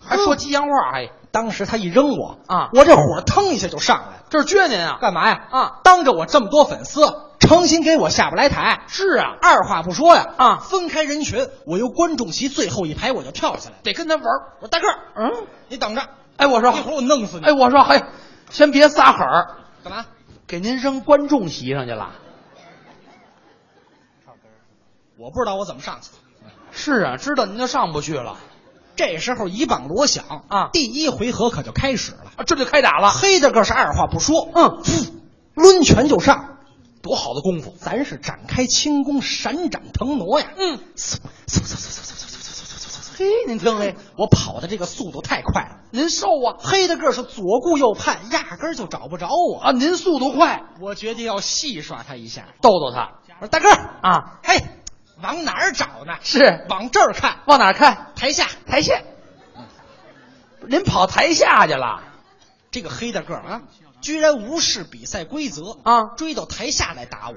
Speaker 2: 还说吉祥话，哎，
Speaker 8: 当时他一扔我
Speaker 2: 啊
Speaker 8: 我这火腾一下就上来了。
Speaker 2: 这是撅您啊，
Speaker 8: 干嘛呀？
Speaker 2: 啊，
Speaker 8: 当着我这么多粉丝，诚心给我下不来台。
Speaker 2: 是啊，
Speaker 8: 二话不说呀，
Speaker 2: 啊
Speaker 8: 分开人群，我由观众席最后一排我就跳下来了。
Speaker 2: 得跟他玩儿，
Speaker 8: 我说大个儿，
Speaker 2: 嗯，
Speaker 8: 你等着，
Speaker 2: 哎，我说
Speaker 8: 一会儿我弄死你。
Speaker 2: 哎，我说，嘿，先别撒狠儿，
Speaker 8: 干嘛？
Speaker 2: 给您扔观众席上去了。
Speaker 8: 我不知道我怎么上去的。
Speaker 2: 是啊，知道您就上不去了，
Speaker 8: 这时候一棒锣响
Speaker 2: 啊
Speaker 8: 第一回合可就开始了。
Speaker 2: 啊这就开打了，
Speaker 8: 黑大个是二话不说，
Speaker 2: 嗯
Speaker 8: 噗，抡拳就上。
Speaker 2: 多好的功夫！
Speaker 8: 咱是展开轻功，闪展腾挪呀。
Speaker 2: 嗯
Speaker 8: 嗖，嗖嗖嗖嗖嗖嗖嗖嗖嗖。
Speaker 2: 嘿，您听嘿，
Speaker 8: 哎我跑的这个速度太快了，
Speaker 2: 您瘦啊
Speaker 8: 黑的个是左顾右盼，压根儿就找不着我。
Speaker 2: 啊，您速度快，
Speaker 8: 我决定要戏耍他一下。
Speaker 2: 逗逗他
Speaker 8: 我说大个儿，
Speaker 2: 啊。
Speaker 8: 嘿，往哪儿找呢？
Speaker 2: 是
Speaker 8: 往这儿看，
Speaker 2: 往哪儿看？
Speaker 8: 台下。
Speaker 2: 台下。嗯您跑台下去了
Speaker 8: 这个黑大个儿啊，居然无视比赛规则
Speaker 2: 啊
Speaker 8: 追到台下来打我。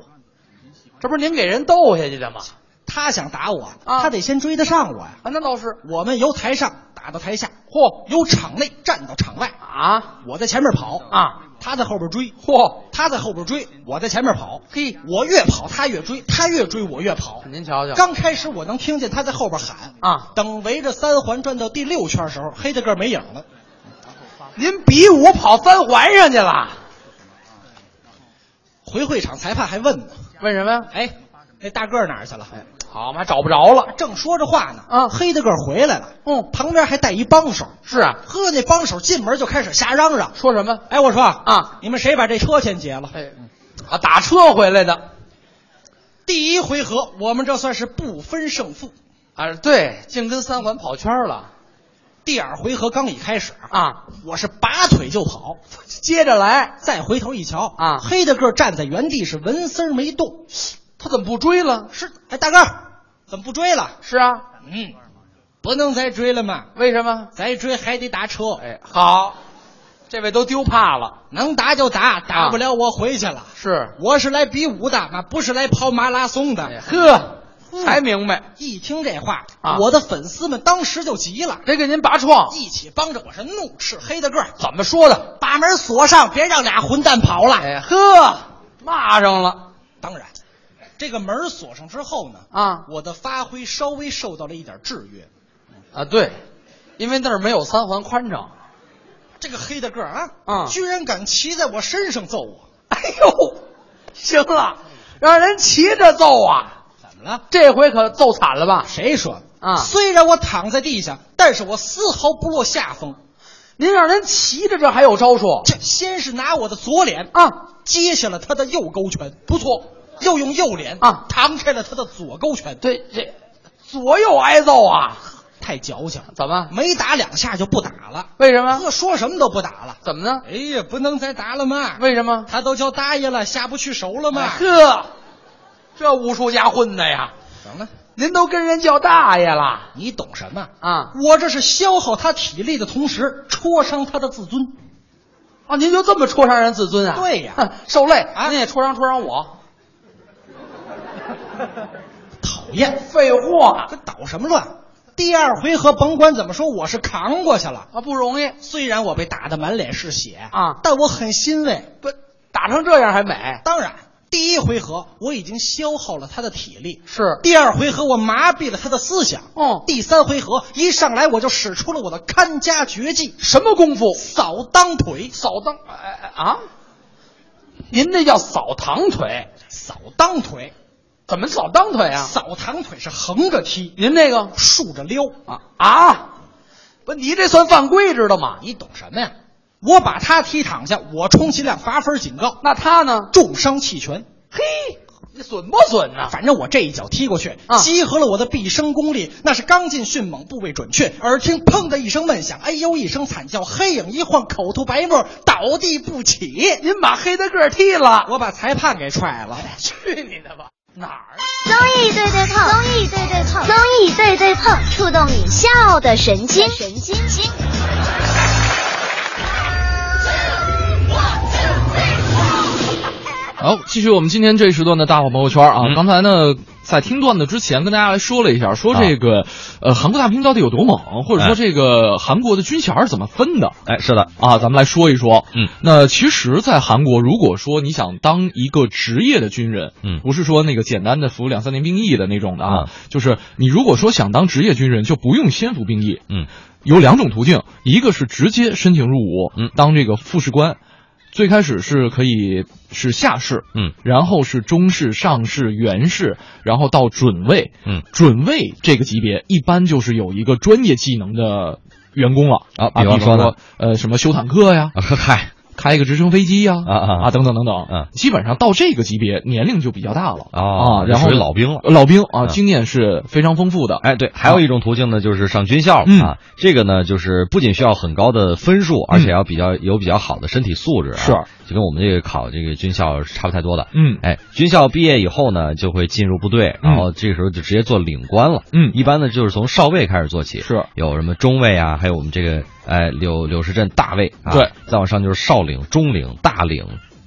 Speaker 2: 这不是您给人逗下去的吗？
Speaker 8: 他想打我，
Speaker 2: 啊
Speaker 8: 他得先追得上我呀。
Speaker 2: 啊，那倒是。
Speaker 8: 我们由台上打到台下，
Speaker 2: 嚯
Speaker 8: 由场内站到场外。
Speaker 2: 啊
Speaker 8: 我在前面跑
Speaker 2: 啊，
Speaker 8: 他在后边追。
Speaker 2: 嚯！
Speaker 8: 他在后边追，我在前面跑。
Speaker 2: 嘿
Speaker 8: 我越跑他越追，他越追我越跑。
Speaker 2: 您瞧瞧，
Speaker 8: 刚开始我能听见他在后边喊
Speaker 2: 啊
Speaker 8: 等围着三环转到第六圈时候，黑大个儿没影了。
Speaker 2: 您比武跑三环上去了，
Speaker 8: 回会场裁判还问呢
Speaker 2: 为什么呀？：“
Speaker 8: 哎，那大个儿哪儿去了？”
Speaker 2: 好嘛，找不着了。
Speaker 8: 正说着话呢，
Speaker 2: 哎啊
Speaker 8: 黑大个儿回来了，
Speaker 2: 嗯
Speaker 8: 旁边还带一帮手。
Speaker 2: 是啊，
Speaker 8: 呵，那帮手进门就开始瞎嚷嚷
Speaker 2: 说什么：“？
Speaker 8: 哎，我说
Speaker 2: 啊，
Speaker 8: 你们谁把这车先劫了？”
Speaker 2: 哎，啊，打车回来的
Speaker 8: 第一回合我们这算是不分胜负。
Speaker 2: 啊，对，净跟三环跑圈了
Speaker 8: 第二回合刚一开始，
Speaker 2: 啊，
Speaker 8: 我是拔腿就跑，
Speaker 2: 接着来，
Speaker 8: 再回头一瞧
Speaker 2: 啊
Speaker 8: 黑大个儿站在原地是纹丝儿没动。
Speaker 2: 他怎么不追了？
Speaker 8: 是，哎，大个儿怎么不追了？
Speaker 2: 是啊，
Speaker 8: 嗯，不能再追了嘛，
Speaker 2: 为什么？
Speaker 8: 再追还得打车。
Speaker 2: 哎，好，这位都丢怕了。啊
Speaker 8: 能打就打，打不了我回去了。
Speaker 2: 是，
Speaker 8: 我是来比武的嘛，不是来跑马拉松的。
Speaker 2: 哎呵，
Speaker 8: 嗯
Speaker 2: 才明白，
Speaker 8: 一听这话、
Speaker 2: 啊哦
Speaker 8: 我的粉丝们当时就急了，
Speaker 2: 得给您拔创。
Speaker 8: 一起帮着我是怒斥黑大个儿，
Speaker 2: 怎么说的？
Speaker 8: 把门锁上，别让俩混蛋跑了。
Speaker 2: 哎呵，骂上了
Speaker 8: 当然，这个门锁上之后呢，
Speaker 2: 啊
Speaker 8: 我的发挥稍微受到了一点制约。
Speaker 2: 啊！对，因为那儿没有三环宽敞。
Speaker 8: 这个黑大个儿啊，
Speaker 2: 啊
Speaker 8: 居然敢骑在我身上揍我，
Speaker 2: 哎呦，行了，让人骑着揍啊！
Speaker 8: 怎么了？
Speaker 2: 这回可揍惨了吧？
Speaker 8: 谁说的
Speaker 2: 啊
Speaker 8: 虽然我躺在地下，但是我丝毫不落下风。
Speaker 2: 您让人骑着，这还有招数
Speaker 8: 这先是拿我的左脸
Speaker 2: 啊？
Speaker 8: 接下了他的右勾拳，不错，又用右脸
Speaker 2: 啊
Speaker 8: 扛开了他的左勾拳，
Speaker 2: 对，这左右挨揍啊？
Speaker 8: 太矫情了，
Speaker 2: 怎么？
Speaker 8: 没打两下就不打了，
Speaker 2: 为什么？
Speaker 8: 哥说什么都不打了。
Speaker 2: 怎么呢？
Speaker 8: 哎呀，不能再打了嘛！
Speaker 2: 为什么？
Speaker 8: 他都叫大爷了，下不去手了嘛。
Speaker 2: 哎呵，这武术家混的呀！
Speaker 8: 行了，
Speaker 2: 您都跟人叫大爷了
Speaker 8: 你懂什么？
Speaker 2: 啊？
Speaker 8: 我这是消耗他体力的同时，戳伤他的自尊。
Speaker 2: 啊，您就这么戳伤人自尊啊？
Speaker 8: 对呀
Speaker 2: 哼受累，
Speaker 8: 啊
Speaker 2: 您也戳伤戳伤我。
Speaker 8: 讨厌，
Speaker 2: 废话，
Speaker 8: 这捣什么乱？第二回合甭管怎么说，我是扛过去了。
Speaker 2: 啊，不容易，
Speaker 8: 虽然我被打得满脸是血
Speaker 2: 啊
Speaker 8: 但我很欣慰。
Speaker 2: 不打成这样还美，
Speaker 8: 当然，第一回合我已经消耗了他的体力，
Speaker 2: 是
Speaker 8: 第二回合我麻痹了他的思想，
Speaker 2: 哦
Speaker 8: 第三回合一上来我就使出了我的看家绝技
Speaker 2: 什么功夫？
Speaker 8: 扫裆腿，
Speaker 2: 扫裆哎哎啊？您那叫扫堂腿，
Speaker 8: 扫裆腿，
Speaker 2: 怎么扫裆腿啊？
Speaker 8: 扫堂腿是横着踢，
Speaker 2: 您那个
Speaker 8: 竖着撩，
Speaker 2: 啊啊，不，你这算犯规，知道吗？
Speaker 8: 你懂什么呀？我把他踢躺下，我充其量罚分警告，
Speaker 2: 那他呢？
Speaker 8: 重伤弃权。
Speaker 2: 嘿，你损不损呐？
Speaker 8: 反正我这一脚踢过去，
Speaker 2: 啊
Speaker 8: 集合了我的毕生功力，那是刚劲迅猛，部位准确。耳听砰的一声闷响，哎呦一声惨叫，黑影一晃，口吐白沫，倒地不起。
Speaker 2: 您把黑大个儿踢了，
Speaker 8: 我把裁判给踹了。
Speaker 2: 去你的吧！哪儿？
Speaker 6: 综艺对对碰，综艺对对碰，综艺对对碰，触动你笑的神经，神经经。
Speaker 1: 好，继续我们今天这时段的大话朋友圈啊。刚才呢，在听段子之前跟大家来说了一下，说这个、呃韩国大兵到底有多猛，或者说
Speaker 3: 哎
Speaker 1: 这个韩国的军衔是怎么分的。
Speaker 3: 哎，是的，
Speaker 1: 啊，咱们来说一说。
Speaker 3: 嗯，
Speaker 1: 那其实，在韩国，如果说你想当一个职业的军人，
Speaker 3: 嗯
Speaker 1: 不是说那个简单的服两三年兵役的那种的啊，
Speaker 3: 嗯
Speaker 1: 就是你如果说想当职业军人，就不用先服兵役。
Speaker 3: 嗯，
Speaker 1: 有两种途径，一个是直接申请入伍，
Speaker 3: 嗯
Speaker 1: 当这个副士官。最开始是可以是下士，
Speaker 3: 嗯，
Speaker 1: 然后是中士、上士、元士，然后到准尉，
Speaker 3: 嗯，
Speaker 1: 准尉这个级别一般就是有一个专业技能的员工了
Speaker 3: 啊
Speaker 1: 比
Speaker 3: 比方
Speaker 1: 说
Speaker 3: 说呢
Speaker 1: 呃，什么修坦克呀，
Speaker 3: 啊嗨，
Speaker 1: 开一个直升飞机呀，
Speaker 3: 啊啊
Speaker 1: 等等等等，
Speaker 3: 嗯
Speaker 1: 基本上到这个级别年龄就比较大了
Speaker 3: 哦
Speaker 1: 啊，然后
Speaker 3: 属于老兵了
Speaker 1: 老兵啊，
Speaker 3: 嗯
Speaker 1: 经验是非常丰富的，
Speaker 3: 哎，对，还有一种途径呢，就是上军校
Speaker 1: 嗯
Speaker 3: 啊。这个呢，就是不仅需要很高的分数，而且要比较有比较好的身体素质啊。
Speaker 1: 是，
Speaker 3: 就跟我们这个考这个军校是差不太多的。
Speaker 1: 嗯
Speaker 3: 哎，军校毕业以后呢，就会进入部队，
Speaker 1: 嗯
Speaker 3: 然后这个时候就直接做领官了。
Speaker 1: 嗯
Speaker 3: 一般呢就是从少尉开始做起，
Speaker 1: 是
Speaker 3: 有什么中尉啊，还有我们这个哎柳柳石镇大尉啊，
Speaker 1: 对，
Speaker 3: 再往上就是少领、中领、大领。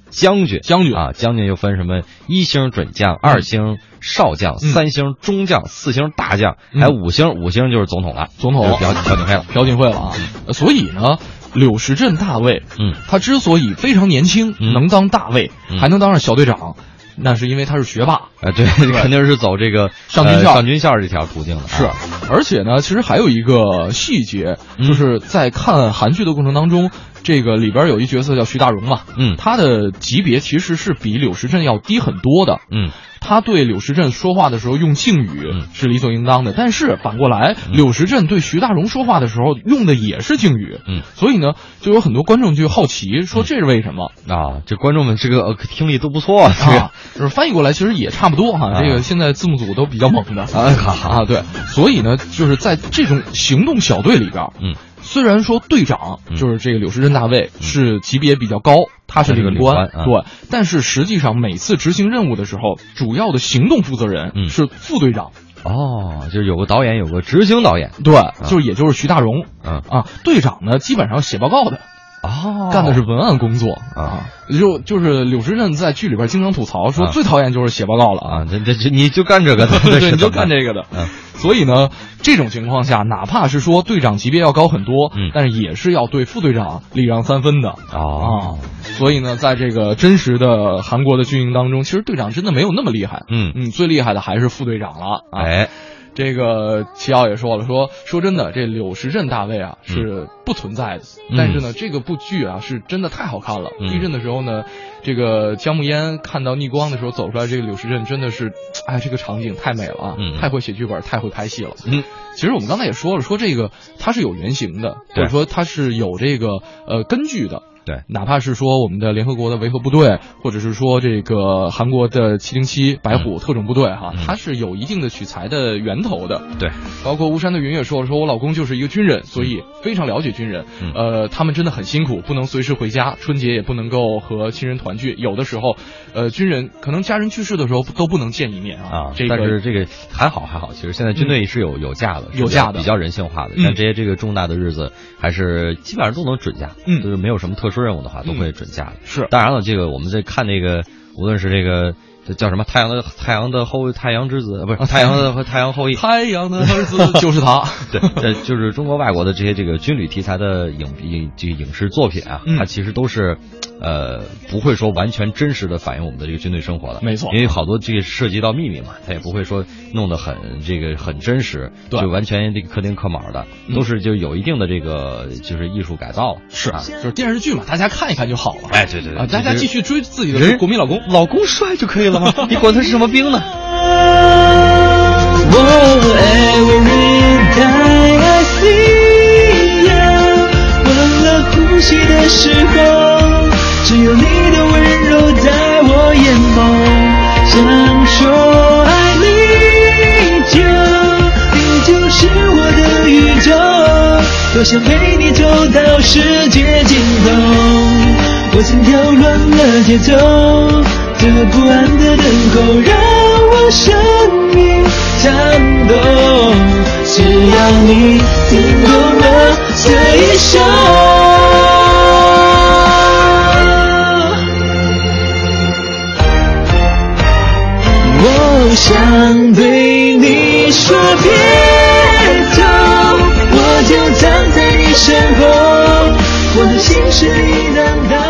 Speaker 3: 将军，
Speaker 1: 将军
Speaker 3: 啊，将军又分什么一星准将、二星少将、
Speaker 1: 嗯
Speaker 3: 三星中将、四星大将，
Speaker 1: 嗯
Speaker 3: 还有五星，五星就是总统了，
Speaker 1: 总统
Speaker 3: 就是朴朴槿惠 了。
Speaker 1: 朴槿惠了啊，呃所以呢，柳石镇大尉，
Speaker 3: 嗯，
Speaker 1: 他之所以非常年轻，
Speaker 3: 嗯
Speaker 1: 能当大尉，
Speaker 3: 嗯
Speaker 1: 还能当上小队长，那是因为他是学霸，
Speaker 3: 啊，对，肯定是走这个
Speaker 1: 上军
Speaker 3: 呃
Speaker 1: 校
Speaker 3: 上军校这条途径的啊。
Speaker 1: 是，而且呢，其实还有一个细节，
Speaker 3: 嗯
Speaker 1: 就是在看韩剧的过程当中，这个里边有一角色叫徐大荣嘛，
Speaker 3: 嗯
Speaker 1: 他的级别其实是比柳时镇要低很多的，
Speaker 3: 嗯，
Speaker 1: 他对柳时镇说话的时候用敬语
Speaker 3: 嗯
Speaker 1: 是理所应当的，但是反过来，柳时镇对徐大荣说话的时候用的也是敬语，
Speaker 3: 嗯，
Speaker 1: 所以呢，就有很多观众就好奇说这是为什么？
Speaker 3: 啊，这观众们这个呃听力都不错，这个
Speaker 1: 啊，就是翻译过来其实也差不多哈。
Speaker 3: 啊
Speaker 1: 这个现在字幕组都比较猛的
Speaker 3: 啊好好
Speaker 1: 啊，对，所以呢，就是在这种行动小队里边，
Speaker 3: 嗯，
Speaker 1: 虽然说队长
Speaker 3: 嗯
Speaker 1: 就是这个柳时镇大尉是级别比较高，他是
Speaker 3: 他是个
Speaker 1: 嗯领
Speaker 3: 领
Speaker 1: 官，
Speaker 3: 官啊
Speaker 1: 对，但是实际上每次执行任务的时候，主要的行动负责人
Speaker 3: 嗯
Speaker 1: 是副队长，
Speaker 3: 哦，就是有个导演，有个执行导演，
Speaker 1: 对，啊就是也就是徐大荣
Speaker 3: 嗯，
Speaker 1: 啊，队长呢基本上写报告的。
Speaker 3: 哦
Speaker 1: 干的是文案工作
Speaker 3: 啊，
Speaker 1: 就就是柳时镇在剧里边经常吐槽说
Speaker 3: 啊
Speaker 1: 最讨厌就是写报告了
Speaker 3: 啊，这这这你就干这 个的，
Speaker 1: 对，
Speaker 3: 是
Speaker 1: 你就
Speaker 3: 怎么
Speaker 1: 干这个的。
Speaker 3: 嗯
Speaker 1: 所以呢，这种情况下，哪怕是说队长级别要高很多，
Speaker 3: 嗯
Speaker 1: 但是也是要对副队长礼让三分的。
Speaker 3: 哦
Speaker 1: 啊，所以呢，在这个真实的韩国的军营当中，其实队长真的没有那么厉害。
Speaker 3: 嗯
Speaker 1: 嗯，最厉害的还是副队长了。啊、，
Speaker 3: 哎，
Speaker 1: 这个齐奥也说了，说说真的，这柳时镇大尉啊是不存在的，
Speaker 3: 嗯
Speaker 1: 但是呢，这个部剧啊是真的太好看了。
Speaker 3: 嗯
Speaker 1: 地震的时候呢，这个姜暮烟看到逆光的时候走出来，这个柳时镇真的是，哎，这个场景太美了啊，
Speaker 3: 嗯
Speaker 1: 太会写剧本，太会拍戏了。
Speaker 3: 嗯，
Speaker 1: 其实我们刚才也说了，说这个它是有原型的，或者
Speaker 3: 对
Speaker 1: 说它是有这个呃根据的。
Speaker 3: 对
Speaker 1: 哪怕是说我们的联合国的维和部队，或者是说这个韩国的七零七白虎特种部队哈，
Speaker 3: 嗯
Speaker 1: 它是有一定的取材的源头的。
Speaker 3: 对，
Speaker 1: 包括巫山的云也说了，说我老公就是一个军人，所以非常了解军人。
Speaker 3: 嗯
Speaker 1: 呃，他们真的很辛苦，不能随时回家，春节也不能够和亲人团聚，有的时候，呃，军人可能家人去世的时候都不能见一面啊。
Speaker 3: 啊，
Speaker 1: 这个嗯
Speaker 3: 但是这个还好还好，其实现在军队是有、有假的，是
Speaker 1: 有
Speaker 3: 比较
Speaker 1: 假的
Speaker 3: 比较人性化的。
Speaker 1: 嗯
Speaker 3: 像这些这个重大的日子，还是基本上都能准假，
Speaker 1: 嗯
Speaker 3: 就是没有什么特殊任务的话，都会准假的。
Speaker 1: 是
Speaker 3: 当然了，这个我们在看这个，无论是这个。这叫什么？太阳的太阳的后太阳之子，不
Speaker 1: 啊
Speaker 3: 是太阳的和太阳后裔。
Speaker 1: 太阳的儿
Speaker 3: 。
Speaker 1: 子就是他
Speaker 3: 对，呃，就是中国外国的这些这个军旅题材的影影这个影视作品啊，
Speaker 1: 嗯
Speaker 3: 它其实都是，呃，不会说完全真实的反映我们的这个军队生活的，
Speaker 1: 没错
Speaker 3: 因为好多这个涉及到秘密嘛，它也不会说弄得很这个很真实，
Speaker 1: 对
Speaker 3: 就完全这个刻钉刻卯的，都是就有一定的这个嗯就是艺术改造，
Speaker 1: 是
Speaker 3: 啊，
Speaker 1: 就是电视剧嘛，大家看一看就好了。
Speaker 3: 哎，对对
Speaker 1: 啊，
Speaker 3: 对，
Speaker 1: 大家继
Speaker 3: 其实
Speaker 1: 续追自己的
Speaker 3: 人
Speaker 1: 国民老公。
Speaker 3: 老公帅就可以了吗？你管他是什么兵呢？
Speaker 8: 我就站在你身后，我的心事依然荡